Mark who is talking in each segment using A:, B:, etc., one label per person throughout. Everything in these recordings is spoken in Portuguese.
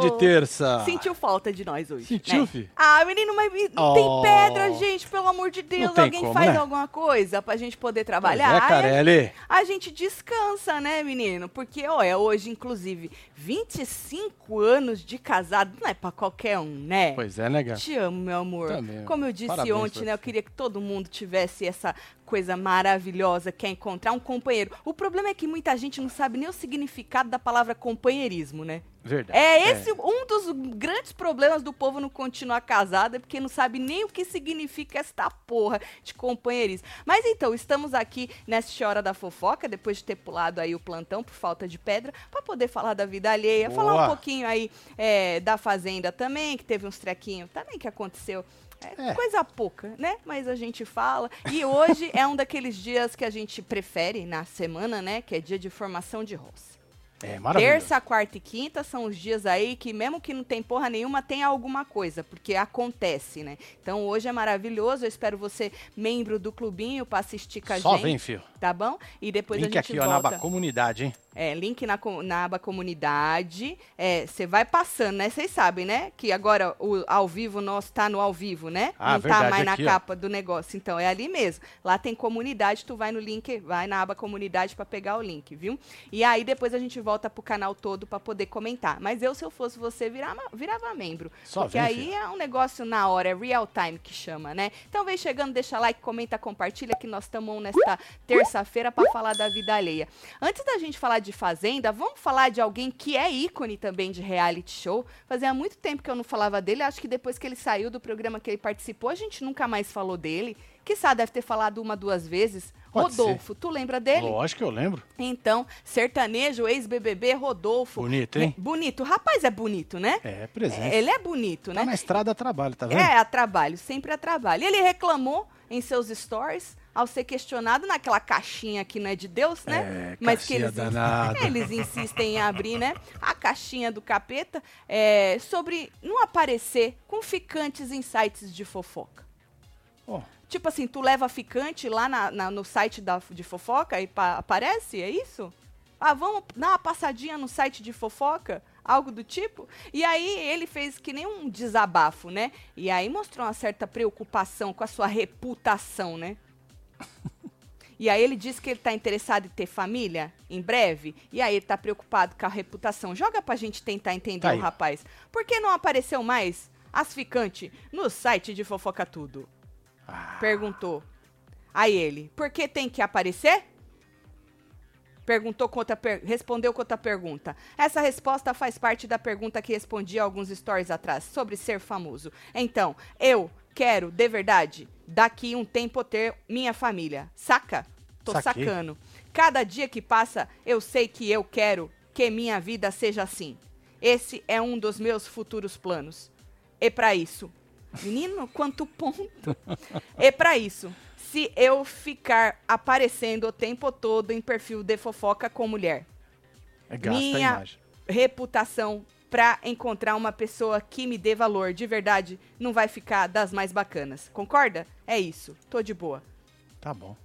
A: de terça.
B: Sentiu falta de nós hoje.
A: Sentiu,
B: né?
A: fi?
B: Ah, menino, mas me- não
A: Oh.
B: tem pedra, gente, pelo amor de Deus.
A: tem
B: Alguém
A: como,
B: faz
A: né?
B: alguma coisa pra gente poder
A: Pois
B: trabalhar?
A: É,
B: Aí a
A: Carelli.
B: a gente descansa, né, menino? Porque, ó, é hoje, inclusive, 25 anos de casado, não é pra qualquer um, né?
A: Pois é, né, Gabi?
B: Te amo, meu amor.
A: Também.
B: Como eu disse
A: Parabéns pra
B: ontem, né? Eu
A: você.
B: queria que todo mundo tivesse essa coisa maravilhosa que é encontrar um companheiro. O problema é que muita gente não sabe nem o significado da palavra companheirismo, né?
A: Verdade.
B: É esse um dos grandes problemas do povo não continuar casado, é porque não sabe nem o que significa esta porra de companheirismo. Mas então, estamos aqui nesta hora da fofoca, depois de ter pulado aí o plantão por falta de pedra, pra poder falar da vida alheia,
A: Boa.
B: falar um pouquinho aí é, da Fazenda também, que teve uns trequinhos também que aconteceu. É,
A: É.
B: Coisa pouca, né? Mas a gente fala. E hoje é um daqueles dias que a gente prefere na semana, né? Que é dia de formação de roça.
A: É, maravilhoso.
B: Terça, quarta e quinta são os dias aí que, mesmo que não tem porra nenhuma, tem alguma coisa, porque acontece, né? Então hoje é maravilhoso, eu espero você membro do clubinho pra assistir com a
A: Só
B: gente,
A: vem, fio.
B: tá bom? E depois
A: Link
B: a gente
A: aqui, ó,
B: volta.
A: na aba comunidade, hein?
B: É, link na, co- na aba comunidade. É, você vai passando, né? Vocês sabem, né? Que agora o ao vivo nosso tá no ao vivo, né?
A: Ah,
B: Não tá
A: verdade,
B: mais
A: aqui, ó.
B: na capa do negócio. Então é ali mesmo. Lá tem comunidade, tu vai no link, vai na aba comunidade pra pegar o link, viu? E aí depois a gente volta pro canal todo pra poder comentar. Mas eu, se eu fosse você, virava, virava membro.
A: Só
B: porque
A: vem,
B: aí
A: filho.
B: é um negócio na hora, é real time que chama, né? Então vem chegando, deixa like, comenta, compartilha que nós estamos nesta terça-feira pra falar da vida alheia. Antes da gente falar de Fazenda, vamos falar de alguém que é ícone também de reality show. Fazia muito tempo que eu não falava dele, acho que depois que ele saiu do programa que ele participou, a gente nunca mais falou dele. Quiçá deve ter falado uma, duas vezes.
A: Pode ser.
B: Rodolfo, tu lembra dele?
A: Lógico que eu lembro.
B: Então, sertanejo, ex-BBB, Rodolfo.
A: Bonito, hein?
B: Bonito. O rapaz é bonito, né?
A: É, presente.
B: Ele né? é bonito,
A: Tá
B: né?
A: na estrada a trabalho, tá vendo?
B: É, a trabalho, sempre a trabalho. Ele reclamou em seus stories ao ser questionado naquela caixinha que não é de Deus, né?
A: É,
B: Mas que
A: caixinha
B: eles,
A: danada.
B: eles insistem em abrir, né? A caixinha do capeta é, sobre não aparecer com ficantes em sites de fofoca.
A: Ó,
B: Tipo assim, tu leva ficante lá na- na- no site da- de fofoca e pa- aparece? É isso? Ah, vamos dar uma passadinha no site de fofoca? Algo do tipo? E aí ele fez que nem um desabafo, né? E aí mostrou uma certa preocupação com a sua reputação, né? E aí ele disse que ele tá interessado em ter família em breve. E aí ele tá preocupado com a reputação. Joga pra gente tentar entender
A: Tá aí.
B: o rapaz. Por que não apareceu mais as ficante no site de fofoca tudo?
A: ah,
B: Perguntou. Aí ele, por que tem que aparecer? Perguntou com outra per- respondeu com outra pergunta. Essa resposta faz parte da pergunta que respondi alguns stories atrás sobre ser famoso. Então, eu quero, de verdade, daqui um tempo ter minha família. Saca? Tô
A: Saquei.
B: sacando. Cada dia que passa, eu sei que eu quero que minha vida seja assim. Esse é um dos meus futuros planos. E pra isso, menino, quanto ponto. E É pra isso, se eu ficar aparecendo o tempo todo em perfil de fofoca com mulher,
A: é gasta
B: minha-
A: a imagem.
B: reputação pra encontrar uma pessoa que me dê valor de verdade não vai ficar das mais bacanas. Concorda? É isso. Tô de boa.
A: Tá bom.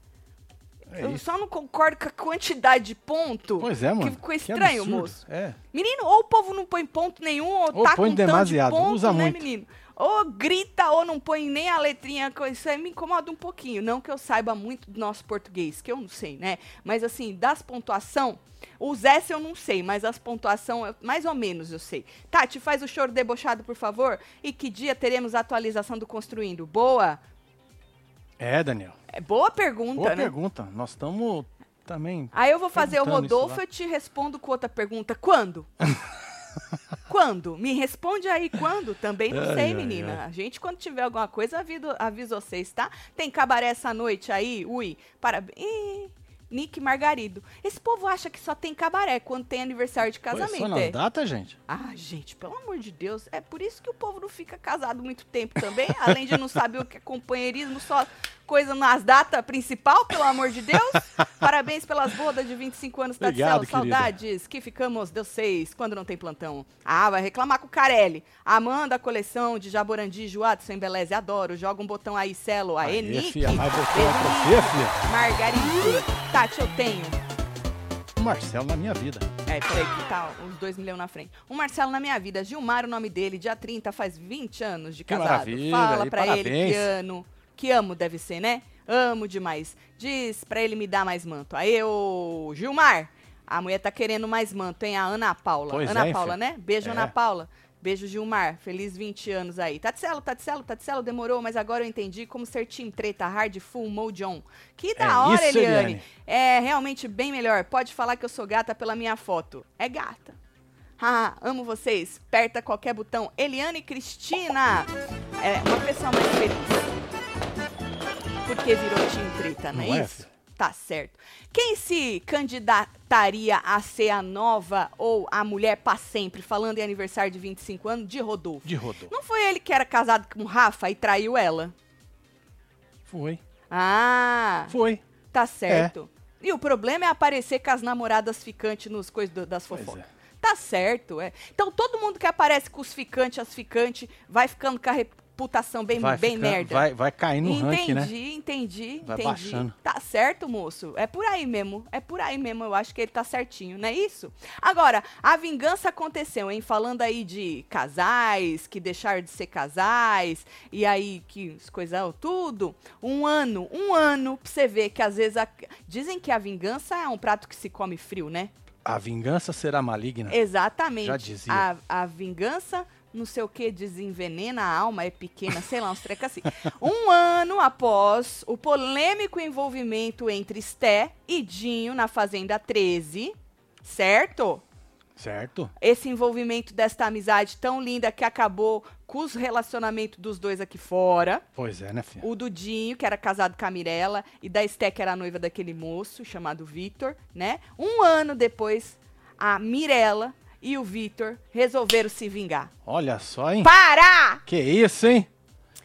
A: É
B: eu
A: isso.
B: só não concordo com a quantidade de ponto.
A: Pois é, mano.
B: Que ficou estranho,
A: absurdo.
B: moço.
A: É.
B: Menino, ou o povo não põe ponto nenhum, ou,
A: Ou
B: tá
A: põe
B: com tanto de
A: demasiado,
B: ponto,
A: usa
B: né,
A: muito.
B: menino? Ou grita, ou não põe nem a letrinha, co- isso aí me incomoda um pouquinho. Não que eu saiba muito do nosso português, que eu não sei, né? Mas assim, das pontuação, os S eu não sei, mas as pontuação, eu- mais ou menos eu sei. Tati, faz o choro debochado, por favor. E que dia teremos a atualização do Construindo? Boa?
A: É, Daniel.
B: É boa pergunta,
A: Boa
B: né?
A: pergunta. Nós estamos também.
B: Aí eu vou fazer o
A: Perguntando isso
B: Rodolfo,
A: lá.
B: eu te respondo com outra pergunta. Quando? quando? Me responde aí quando? Também não
A: Ai,
B: sei,
A: ai,
B: menina. A gente, quando tiver alguma coisa, aviso, aviso vocês, tá? Tem cabaré essa noite aí? Ui, parabéns. Ih, Nick Margarido. Esse povo acha que só tem cabaré quando tem aniversário de
A: Foi
B: casamento.
A: Só nas
B: é?
A: datas, gente.
B: Ah, gente, pelo amor de Deus. É por isso que o povo não fica casado muito tempo também. Além de não saber o que é companheirismo, só coisa nas datas principal, pelo amor de Deus. Parabéns pelas bodas de 25 anos, Tati
A: Obrigado,
B: Celo.
A: querida.
B: Saudades que ficamos, Deus seis, quando não tem plantão. Ah, vai reclamar com o Carelli. Amanda, a coleção de Jaborandi, Juado, sem beleza, adoro. Joga um botão aí, Celo. Aê,
A: Aí,
B: Nick.
A: filha, vai botar pra você, filha.
B: Margarida. Tati, eu tenho.
A: Marcelo na minha vida.
B: É, peraí, que tá os dois milhões na frente. O Marcelo na minha vida, Gilmar, o nome dele, dia 30, faz 20 anos de
A: Que
B: casado.
A: maravilha,
B: Fala
A: e
B: pra ele
A: parabéns.
B: que ano, que amo deve ser, né? Amo demais. Diz pra ele me dar mais manto. Aí, ô Gilmar, a mulher tá querendo mais manto, hein? A Ana Paula.
A: Pois
B: Ana
A: é,
B: Paula,
A: filho.
B: né? Beijo,
A: É.
B: Ana Paula. Beijo, Gilmar. Feliz 20 anos aí. Tá Tatselo, Tatselo, Tatselo, demorou, mas agora eu entendi como ser time treta, hard, full, mode on. Que da
A: É
B: hora,
A: isso,
B: Eliane.
A: Eliane.
B: É realmente bem melhor. Pode falar que eu sou gata pela minha foto. É gata. Ah, amo vocês. Aperta qualquer botão. Eliane Cristina. É uma pessoa mais feliz. Porque virou time treta, não,
A: Não
B: é
A: é,
B: isso?
A: filho?
B: Tá certo. Quem se candidataria a ser a nova ou a mulher pra sempre, falando em aniversário de 25 anos, de Rodolfo?
A: De rodou.
B: Não foi ele que era casado com Rafa e traiu ela?
A: Foi.
B: Ah,
A: Foi.
B: tá certo. E o problema é aparecer com as namoradas ficantes nos coisas do- das
A: Pois
B: fofocas.
A: é.
B: Tá certo, é. Então todo mundo que aparece com os ficantes, as ficantes, vai ficando com a reputação bem,
A: vai
B: bem
A: ficando-
B: merda.
A: Vai, vai cair no
B: entendi,
A: ranking, né?
B: entendi,
A: Vai
B: entendi.
A: baixando.
B: Tá certo, moço. É por aí mesmo. É por aí mesmo. Eu acho que ele tá certinho, não é isso? Agora, a vingança aconteceu, hein? Falando aí de casais, que deixaram de ser casais, e aí que as coisas tudo. Um ano, um ano, pra você ver que às vezes. a- Dizem que a vingança é um prato que se come frio, né?
A: A vingança será maligna.
B: Exatamente.
A: Já dizia.
B: A, a vingança, não sei o que, desenvenena a alma, é pequena, sei lá, uns trecos assim. Um ano após o polêmico envolvimento entre Sté e Dinho na Fazenda 13, certo?
A: Certo?
B: Esse envolvimento desta amizade tão linda que acabou com os relacionamentos dos dois aqui fora.
A: Pois é, né, filho?
B: O Dudinho, que era casado com a Mirella, e da Esté, que era a noiva daquele moço chamado Vitor, né? Um ano depois, a Mirella e o Vitor resolveram se vingar.
A: Olha só, hein?
B: Parar!
A: Que isso, hein?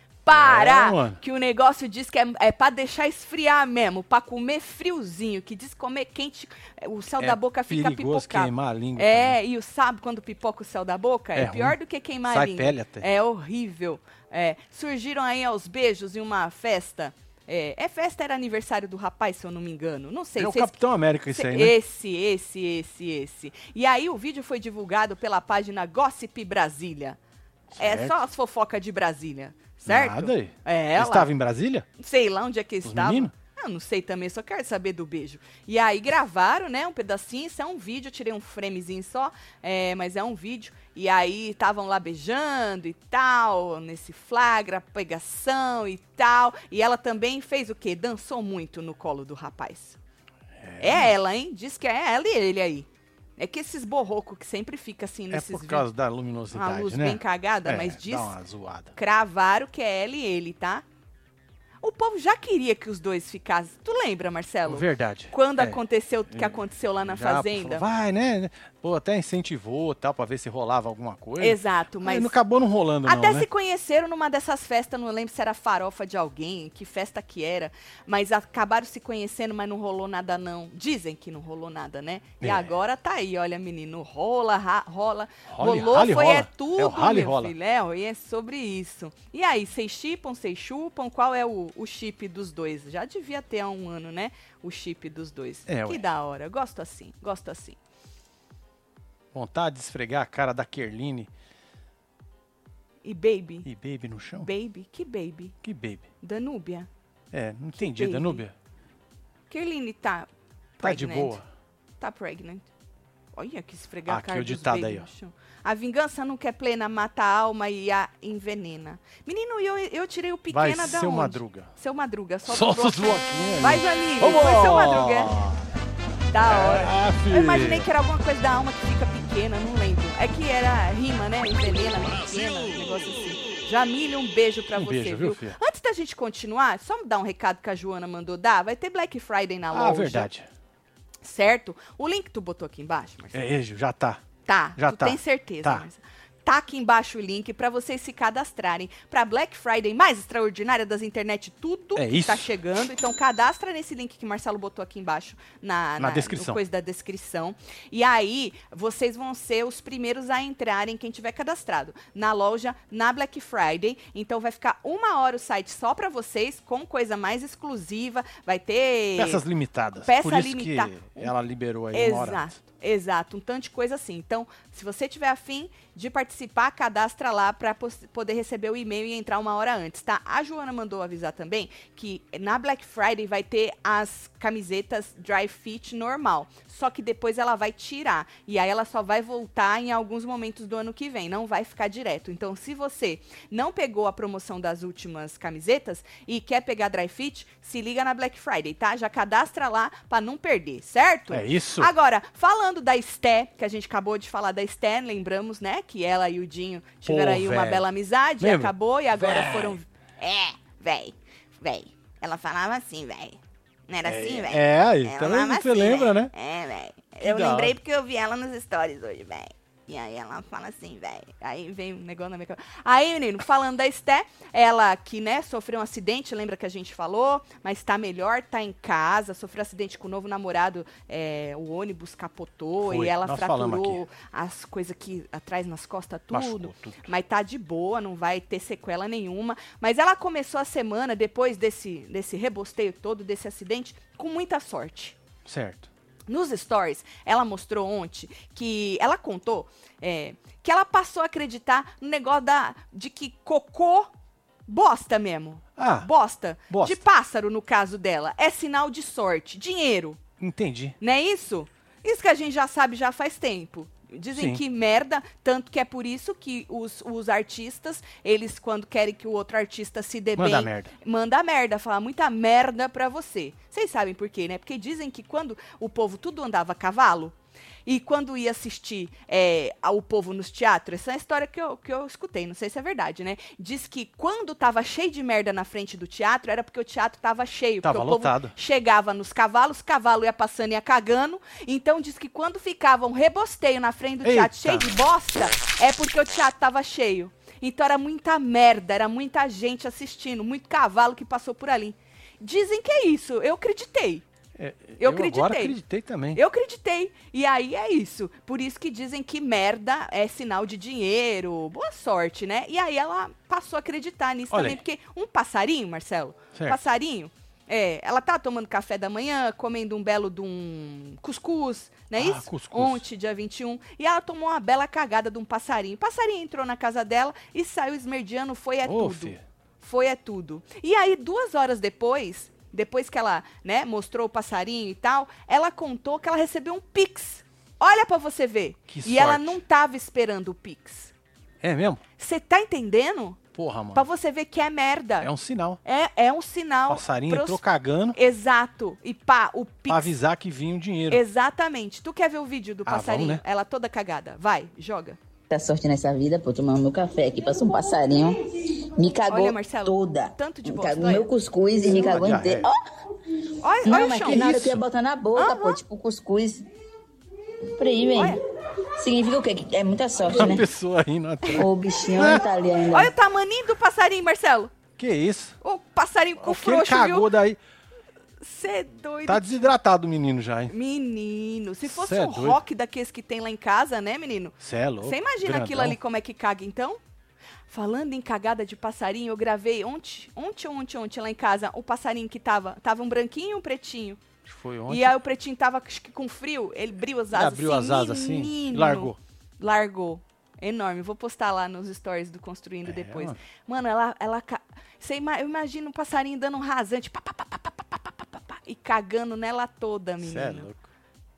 A: É,
B: Parar!
A: mano.
B: que o negócio diz que é, é pra deixar esfriar mesmo, pra comer friozinho, que diz comer quente, é, o céu
A: É
B: da boca fica
A: perigoso
B: pipocado.
A: queimar a língua.
B: É, e o sabe quando pipoca o céu da boca? É,
A: É
B: pior
A: ruim.
B: do que queimar a
A: Sai
B: língua.
A: pele até.
B: É horrível. É, surgiram aí aos beijos em uma festa. É, é festa, era aniversário do rapaz, se eu não me engano. Não sei.
A: É o
B: vocês-
A: Capitão América isso
B: cê-
A: aí, né?
B: Esse, esse, esse, esse. E aí o vídeo foi divulgado pela página Gossip Brasília. É
A: Certo.
B: só as fofocas de Brasília, certo?
A: Nada aí. tá
B: É,
A: Ele
B: ela.
A: Estava em Brasília?
B: Sei lá onde é que
A: Os
B: estava.
A: meninos?
B: Eu não sei também, só quero saber do beijo. E aí gravaram, né, um pedacinho, isso é um vídeo, eu tirei um framezinho só, é, mas é um vídeo. E aí estavam lá beijando e tal, nesse flagra, pegação e tal. E ela também fez o quê? Dançou muito no colo do rapaz. É, ela, hein? Diz que é ela e ele aí. É que esses borroco que sempre fica assim
A: É
B: nesses
A: por causa da
B: vídeos, uma
A: luminosidade,
B: luz
A: né?
B: bem cagada,
A: é,
B: mas diz
A: Dá uma zoada.
B: cravaram que é ela e ele, tá? O povo já queria que os dois ficassem. Tu lembra, Marcelo?
A: Verdade.
B: Quando
A: É,
B: aconteceu o que aconteceu lá na
A: já, pô,
B: fazenda?
A: falou, Vai, né? Pô, até incentivou tal, pra ver se rolava alguma coisa.
B: Exato,
A: Aí
B: mas
A: É, não acabou não rolando,
B: até
A: não, né?
B: se conheceram numa dessas festas, não lembro se era farofa de alguém, que festa que era, mas acabaram se conhecendo, mas não rolou nada não. Dizem que não rolou nada, né? E
A: É.
B: agora tá aí, olha, menino, rola, ra- rola,
A: Role,
B: rolou,
A: rale,
B: foi é
A: rola.
B: tudo,
A: É o rale,
B: meu
A: rola.
B: filho, é, e é sobre isso. E aí, vocês chipam, vocês chupam, qual é o, o chip dos dois? Já devia ter há um ano, né? O chip dos dois.
A: É,
B: que
A: ué.
B: da hora, gosto assim, gosto assim.
A: Vontade de esfregar a cara da Kerline
B: E baby,
A: e baby no chão?
B: baby, que baby?
A: Que baby?
B: Danúbia?
A: É, não entendi,
B: baby?
A: Danúbia.
B: Kerline tá
A: Tá de
B: pregnant?
A: boa.
B: Tá pregnant. Olha que esfregar a
A: Aqui
B: cara
A: o
B: dos
A: ditado
B: baby
A: aí,
B: no
A: ó.
B: chão. A vingança nunca é plena, mata a alma e a envenena. Menino, e eu, eu tirei o
A: Vai
B: pequena da
A: ser
B: onde?
A: madruga.
B: Seu Madruga, só
A: Solta
B: do-
A: os bloquinhos.
B: Vai, Jamile, foi seu Madruga. Da hora.
A: Ah, filho.
B: Eu imaginei que era alguma coisa da alma que fica pequena, não lembro. É que era rima, né? Envenena, pequena, um negócio assim. Jamile, um beijo pra
A: Um
B: você,
A: beijo,
B: viu?
A: viu, filha?
B: Antes da gente continuar, só me dar um recado que a Joana mandou dar. Vai ter Black Friday na loja.
A: Ah, verdade.
B: Certo? O link que tu botou aqui embaixo, Marcelo.
A: É, Ejo, já tá.
B: Tá,
A: Já
B: tu
A: tá.
B: tem certeza,
A: Tá.
B: Marcelo. Tá aqui embaixo o link para vocês se cadastrarem para Black Friday mais extraordinária das internet, tudo
A: É
B: que tá
A: isso.
B: chegando. Então cadastra nesse link que o Marcelo botou aqui embaixo na,
A: Na
B: no
A: descrição.
B: coisa da descrição. E aí, vocês vão ser os primeiros a entrarem, quem tiver cadastrado, na loja, na Black Friday. Então vai ficar uma hora o site só pra vocês, com coisa mais exclusiva. Vai ter.
A: Peças limitadas.
B: É. Peça
A: Por isso
B: limitada.
A: que ela liberou aí uma hora.
B: Exato,
A: antes.
B: exato, um tanto de coisa assim. Então, se você tiver afim de participar, cadastra lá para poder receber o e-mail e entrar uma hora antes, tá? A Joana mandou avisar também que na Black Friday vai ter as camisetas dry fit normal, só que depois ela vai tirar e aí ela só vai voltar em alguns momentos do ano que vem, não vai ficar direto. Então, se você não pegou a promoção das últimas camisetas e quer pegar dry fit, se liga na Black Friday, tá? Já cadastra lá para não perder, certo?
A: É isso.
B: Agora, falando da Sté, que a gente acabou de falar da Sté, lembramos, né? Que ela e o Dinho tiveram
A: Pô,
B: aí uma
A: véi.
B: bela amizade, e
A: Lembra?
B: acabou, e agora
A: Véi.
B: foram. É, véi, véi. Ela falava assim, véi. Não era assim, véi?
A: É, aí,
B: Ela
A: também
B: falava
A: você
B: assim,
A: lembra,
B: véi.
A: né?
B: É, véi.
A: Que
B: Eu
A: da
B: lembrei
A: hora.
B: porque eu vi ela nos stories hoje, véi. E aí ela fala assim, véi. Aí vem um negócio na minha cabeça. Aí, menino, falando da Esté, ela que, né, sofreu um acidente, lembra que a gente falou? Mas tá melhor, tá em casa, sofreu um acidente com o novo namorado, é, o ônibus capotou
A: Foi,
B: e ela
A: nós falamos
B: fraturou as coisas que atrás nas costas, É tudo.
A: Machucou tudo.
B: Mas tá de boa, não vai ter sequela nenhuma. Mas ela começou a semana, depois desse, desse rebosteio todo, desse acidente, com muita sorte.
A: Certo.
B: Nos stories, ela mostrou ontem que. Ela contou é, que ela passou a acreditar no negócio da, de que cocô bosta mesmo.
A: Ah,
B: Bosta,
A: bosta.
B: De pássaro, no caso dela. É sinal de sorte. Dinheiro.
A: entendi.
B: Não é isso? Isso que a gente já sabe já faz tempo. Dizem
A: Sim.
B: que merda, tanto que é por isso que os, os artistas, eles quando querem que o outro artista se dê
A: Manda
B: bem,
A: merda.
B: manda merda, fala muita merda pra você. Vocês sabem por quê, né? Porque dizem que quando o povo tudo andava a cavalo, e quando ia assistir é, ao povo nos teatros, essa é a história que eu, que eu escutei, não sei se é verdade, né? Diz que quando tava cheio de merda na frente do teatro, era porque o teatro tava cheio.
A: Tava
B: porque o povo
A: lotado.
B: chegava nos cavalos, cavalo ia passando e ia cagando. Então diz que quando ficava um rebosteio na frente do teatro
A: Eita.
B: cheio de bosta, é porque o teatro tava cheio. Então era muita merda, era muita gente assistindo, muito cavalo que passou por ali. Dizem que é isso, eu acreditei.
A: É,
B: Eu
A: agora
B: acreditei.
A: acreditei também.
B: Eu acreditei. E aí é isso. Por isso que dizem que merda é sinal de dinheiro. Boa sorte, né? E aí ela passou a acreditar nisso
A: Olha
B: também.
A: aí.
B: Porque um passarinho, Marcelo, um
A: Certo.
B: passarinho, é, ela tá tomando café da manhã, comendo um belo de um cuscuz, não é
A: Ah,
B: isso?
A: cuscuz.
B: Ontem, dia 21. E ela tomou uma bela cagada de um passarinho. O passarinho entrou na casa dela e saiu esmerdiando, foi é
A: Ô,
B: tudo.
A: fi.
B: Foi é tudo. E aí, duas horas depois, depois que ela, né, mostrou o passarinho e tal, ela contou que ela recebeu um Pix. Olha pra você ver.
A: Que
B: e ela
A: sorte.
B: não tava esperando o Pix.
A: É mesmo?
B: Você tá entendendo?
A: Porra, mano.
B: Pra você ver que é merda.
A: É um sinal.
B: É, é um sinal.
A: Passarinho
B: pros-
A: entrou cagando
B: Exato. E pá, o Pix.
A: pra avisar que vinha o dinheiro.
B: Exatamente. Tu quer ver o vídeo do
A: Ah, vamos,
B: passarinho?
A: né?
B: Ela toda cagada. Vai, joga.
C: Tá sorte nessa vida, pô, tomando meu café aqui, passou um passarinho, me cagou
B: Olha, Marcelo,
C: toda.
B: tanto de
C: me
B: bosta,
C: cagou
B: olha.
C: meu cuscuz e me cagou
A: já
C: inteiro.
A: é.
C: Ó,
B: Olha, olha
C: não,
B: o
C: mas
B: chão.
C: que nada,
A: isso?
C: eu ia botar na boca, pô, tipo cuscuz. Por aí, velho. Significa o quê? Que É muita sorte,
A: Uma
C: né?
A: pessoa rindo atrás.
C: O bichinho não tá ali ainda.
B: Olha o tamaninho do passarinho, Marcelo.
A: Que isso?
B: O passarinho com
A: O que ele
B: frouxo,
A: cagou
B: viu?
A: daí?
B: Cê é doido.
A: Tá desidratado o menino já, hein?
B: Menino, se fosse
A: Cê é
B: um
A: doido.
B: rock daqueles que tem lá em casa, né, menino?
A: Cê é louco.
B: Você imagina
A: grandão.
B: aquilo ali como é que caga, então? Falando em cagada de passarinho, eu gravei ontem, ontem, ontem, ontem lá em casa, o passarinho que tava, tava um branquinho e um pretinho.
A: Foi ontem.
B: E aí o pretinho tava acho que com frio, ele abriu as
A: Ele
B: asas
A: abriu
B: assim,
A: as asas assim e
B: menino. Tá
A: largou.
B: Largou. Enorme. Vou postar lá nos stories do Construindo
A: É,
B: depois. Mano,
A: mano.
B: ela. ela ca- Cê ima- Eu imagino um passarinho dando um rasante. Pá, pá, pá, pá, pá, pá, pá, pá, pá, pá, e cagando nela toda,
A: Cê é
B: menina.
A: louco.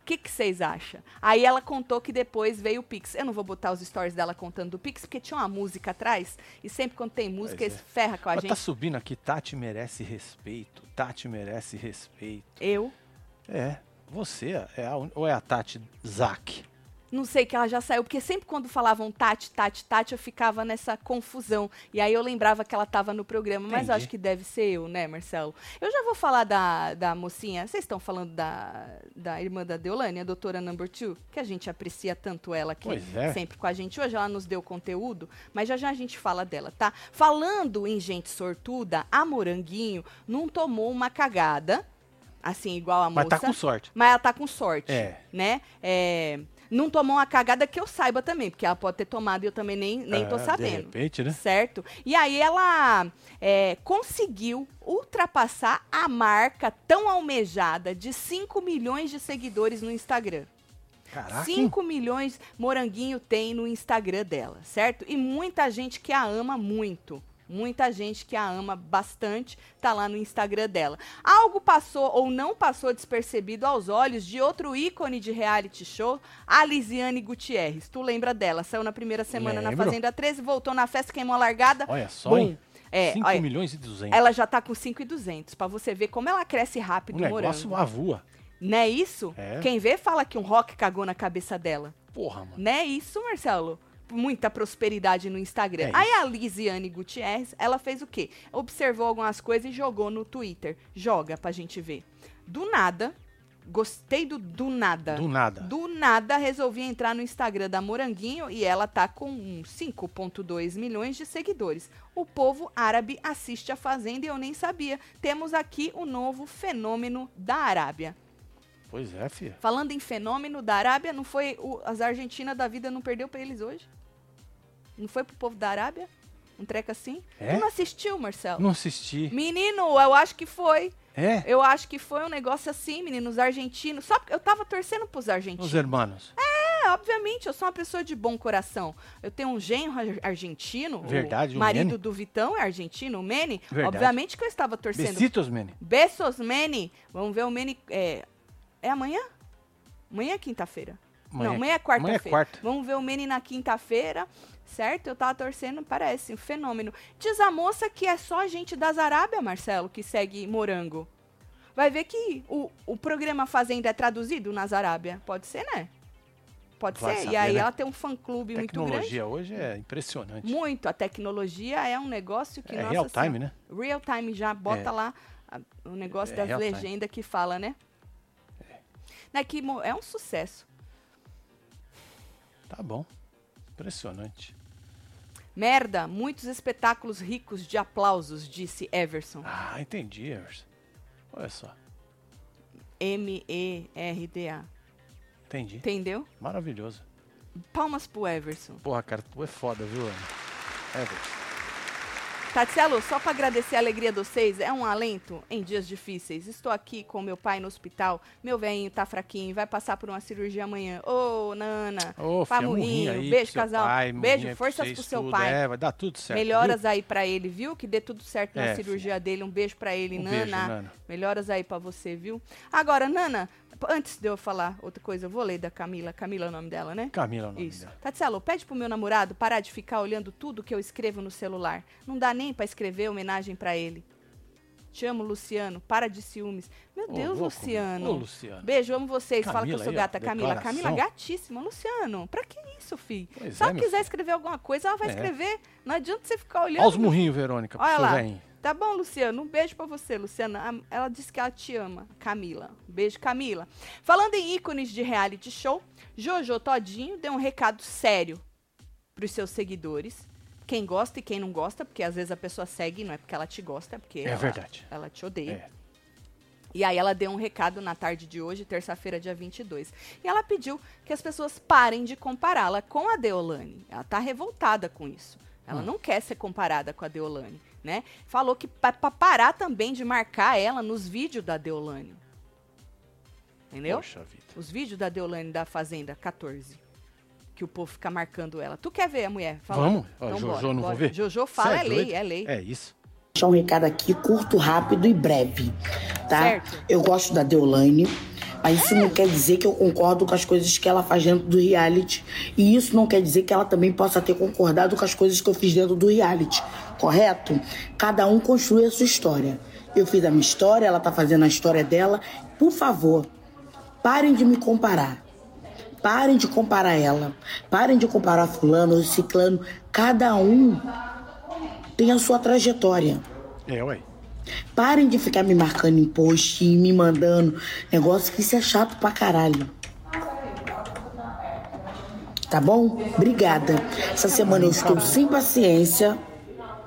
B: O que que vocês acham? Aí ela contou que depois veio o Pix. Eu não vou botar os stories dela contando do Pix, porque tinha uma música atrás. E sempre quando tem música,
A: Pois
B: eles ferram com a
A: Mas
B: gente.
A: tá subindo aqui. Tati merece respeito. Tati merece respeito.
B: Eu?
A: É. Você é a, un- ou é a Tati Zac?
B: Não sei que ela já saiu, porque sempre quando falavam Tati, Tati, Tati, eu ficava nessa confusão. E aí eu lembrava que ela estava no programa, mas eu
A: Entendi.
B: acho que deve ser eu, né, Marcelo? Eu já vou falar da, da mocinha. Vocês estão falando da, da irmã da Deolane, a doutora Number Two, que a gente aprecia tanto ela aqui
A: Pois é.
B: sempre com a gente hoje. Ela nos deu conteúdo, mas já já a gente fala dela, tá? Falando em gente sortuda, a Moranguinho não tomou uma cagada, assim, igual a
A: Mas
B: moça.
A: tá com sorte.
B: Mas ela tá com sorte,
A: É.
B: né? É, não tomou uma cagada que eu saiba também, porque ela pode ter tomado e eu também nem, nem tô
A: Ah, De
B: sabendo.
A: repente, né?
B: Certo? E aí ela é, conseguiu ultrapassar a marca tão almejada de 5 milhões de seguidores no Instagram.
A: Caraca. hein?
B: 5 milhões Moranguinho tem no Instagram dela, certo? E muita gente que a ama muito. Muita gente que a ama bastante tá lá no Instagram dela. Algo passou ou não passou despercebido aos olhos de outro ícone de reality show, a Lisiane Gutierrez. Tu lembra dela? Saiu na primeira semana na
A: Lembro.
B: Fazenda 13, voltou na festa, queimou a largada.
A: Olha só,
B: Bum.
A: hein?
B: É,
A: 5
B: olha,
A: milhões e 200.
B: ela já tá com 5,200, pra você ver como ela cresce
A: O
B: rápido,
A: Um negócio
B: morango.
A: avua.
B: Não é isso?
A: É.
B: Quem vê fala que um rock cagou na cabeça dela.
A: Porra, mano.
B: Né isso, Marcelo? Muita prosperidade no Instagram.
A: É
B: Aí a Lisiane Gutierrez, ela fez o quê? Observou algumas coisas e jogou no Twitter. Joga pra gente ver. Do nada, gostei do do nada.
A: Do nada.
B: Do nada, resolvi entrar no Instagram da Moranguinho e ela tá com uns 5,2 milhões de seguidores. O povo árabe assiste a Fazenda e eu nem sabia. Temos aqui o novo fenômeno da Arábia.
A: Pois é, filha.
B: Falando em fenômeno da Arábia, não foi o- as Argentinas da vida não perdeu pra eles hoje? Não foi pro povo da Arábia? Um treco assim?
A: É?
B: Tu não assistiu, Marcelo?
A: Não assisti.
B: Menino, eu acho que foi.
A: É?
B: Eu acho que foi um negócio assim, menino, os argentinos. Só porque eu tava torcendo pros argentinos.
A: Os hermanos.
B: É, obviamente, eu sou uma pessoa de bom coração. Eu tenho um genro ar- argentino.
A: Verdade,
B: o
A: o
B: marido
A: Mene.
B: do Vitão é argentino, o Mene.
A: Verdade.
B: Obviamente que eu estava torcendo
A: Besitos, Mene.
B: Besos, Manny. Vamos ver o Manny. É, é amanhã? Amanhã é quinta-feira. Não, amanhã é
A: Amanhã é
B: quarta-feira.
A: quarta.
B: Vamos ver o Manny na quinta-feira, certo? Eu tava torcendo, parece um fenômeno. Diz a moça que é só gente das Arábia, Marcelo, que segue morango. Vai ver que o, o programa Fazenda é traduzido nas Arábia. Pode ser, né? Pode
A: Vai
B: ser. e
A: saber,
B: aí
A: né?
B: ela tem um fã-clube muito grande.
A: Tecnologia hoje é impressionante.
B: Muito. A tecnologia é um negócio que,
A: é
B: nossa
A: real
B: senhora,
A: time, né?
B: Real time já bota
A: É.
B: lá a- o negócio
A: É
B: das
A: real time.
B: legendas que fala, né? É. Que mo- é um sucesso.
A: Tá bom. Impressionante.
B: Merda, muitos espetáculos ricos de aplausos, disse Everson.
A: Ah, entendi, Emerson. Olha só.
B: M-E-R-D-A.
A: Entendi.
B: Entendeu?
A: Maravilhoso.
B: Palmas pro Everson.
A: Porra, cara, tu é foda, viu, Ana? É, Everson.
B: Tatielo, só para agradecer a alegria de vocês, é um alento em dias difíceis. Estou aqui com meu pai no hospital, meu velhinho tá fraquinho, vai passar por uma cirurgia amanhã. Ô, Nana,
A: Ô,
B: Pá,
A: filha,
B: Murrinho,
A: murrinha aí
B: beijo,
A: pro seu
B: casal.
A: pai,
B: Beijo,
A: murrinha pra
B: forças
A: vocês,
B: pro seu
A: tudo.
B: pai.
A: É, vai dar tudo certo.
B: melhoras aí para ele, viu? Que dê tudo certo na
A: É,
B: cirurgia dele. Um beijo para ele,
A: viu? Um
B: Nana.
A: beijo, Nana.
B: Melhoras aí pra você, viu? Agora, Nana, p- antes de eu falar outra coisa, eu vou ler da Camila. Camila é o nome dela, né?
A: Camila, é o nome
B: Isso.
A: dela.
B: Tatielo, pede pro meu namorado parar de ficar olhando tudo que eu escrevo no celular. Não dá nem pra escrever homenagem pra ele. Te amo, Luciano. Para de ciúmes. Meu
A: Ô,
B: Deus,
A: louco,
B: Luciano.
A: Ô, Luciano.
B: Beijo, amo vocês. Fala que eu
A: Camila
B: sou
A: aí, ó,
B: gata, Camila.
A: declaração.
B: Camila, gatíssima. Luciano, pra que isso, fi?
A: Pois
B: Se
A: é,
B: ela
A: meu
B: quiser
A: filho.
B: escrever alguma coisa, ela vai
A: É.
B: escrever. Não adianta você ficar olhando.
A: Olha os murrinhos, Verônica, pro
B: Olha
A: seu
B: lá.
A: velhinho.
B: Tá bom, Luciano. Um beijo pra você, Luciana. Am- Ela disse que ela te ama, Camila. Um beijo, Camila. Falando em ícones de reality show, Jojo Todinho deu um recado sério pros seus seguidores. Quem gosta e quem não gosta, porque às vezes a pessoa segue, não é porque ela te gosta, é porque
A: É
B: ela,
A: verdade.
B: ela te odeia.
A: É.
B: E aí ela deu um recado na tarde de hoje, terça-feira, dia 22. E ela pediu que as pessoas parem de compará-la com a Deolane. Ela tá revoltada com isso.
A: Ah.
B: Ela não quer ser comparada com a Deolane, né? Falou que pa- pra parar também de marcar ela nos vídeos da Deolane. Entendeu?
A: Poxa vida.
B: Os vídeos da Deolane da Fazenda 14. Que o povo fica marcando ela. Tu quer ver a mulher? falando?
A: Vamos? Ó,
B: Então
A: Jojo,
B: bora,
A: não
B: bora.
A: vou ver.
B: Jojo
A: Cê
B: fala,
A: é
B: é, lei,
A: doido?
B: é lei.
A: É isso.
D: deixar um recado aqui curto, rápido e breve, tá?
B: Certo.
D: Eu gosto da Deolane, mas isso não quer dizer que eu concordo com as coisas que ela faz dentro do reality. E isso não quer dizer que ela também possa ter concordado com as coisas que eu fiz dentro do reality, correto? Cada um construi a sua história. Eu fiz a minha história, ela tá fazendo a história dela. Por favor, parem de me comparar. Parem de comparar ela. Parem de comparar fulano ou ciclano. Cada um tem a sua trajetória.
A: É, ué.
D: Parem de ficar me marcando em post e me mandando negócio que isso é chato pra caralho. Tá bom? Obrigada. Essa semana eu estou sem paciência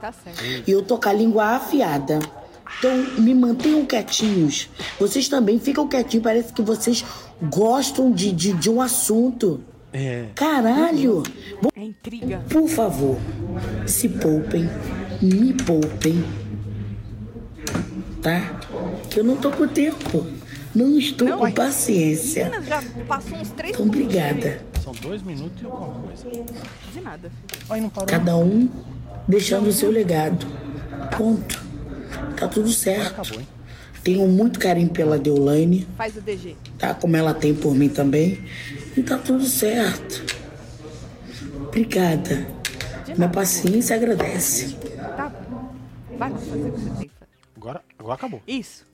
B: Tá certo.
D: e eu tô com a língua afiada. Então me mantenham quietinhos. Vocês também ficam quietinhos, parece que vocês gostam de, de, de um assunto.
A: É.
D: Caralho!
B: É intriga.
D: Por favor, se poupem, me poupem, tá? Que eu não tô com tempo, não estou
B: Não, é
D: com
B: mas-
D: paciência.
B: Menina, já passou uns três
D: Então,
B: minutos.
D: obrigada.
A: São dois minutos e alguma coisa.
B: De nada. filho.
A: Aí não parou.
D: Cada um deixando o seu legado. Ponto. Tá tudo certo.
A: Acabou, hein?
D: Tenho muito carinho pela Deolane,
B: Faz o DG.
D: tá? Como ela tem por mim também. E tá tudo certo. Obrigada. Minha paciência agradece.
B: Tá bom. Vai lá fazer o que você tem que fazer.
A: Agora, agora acabou.
B: Isso.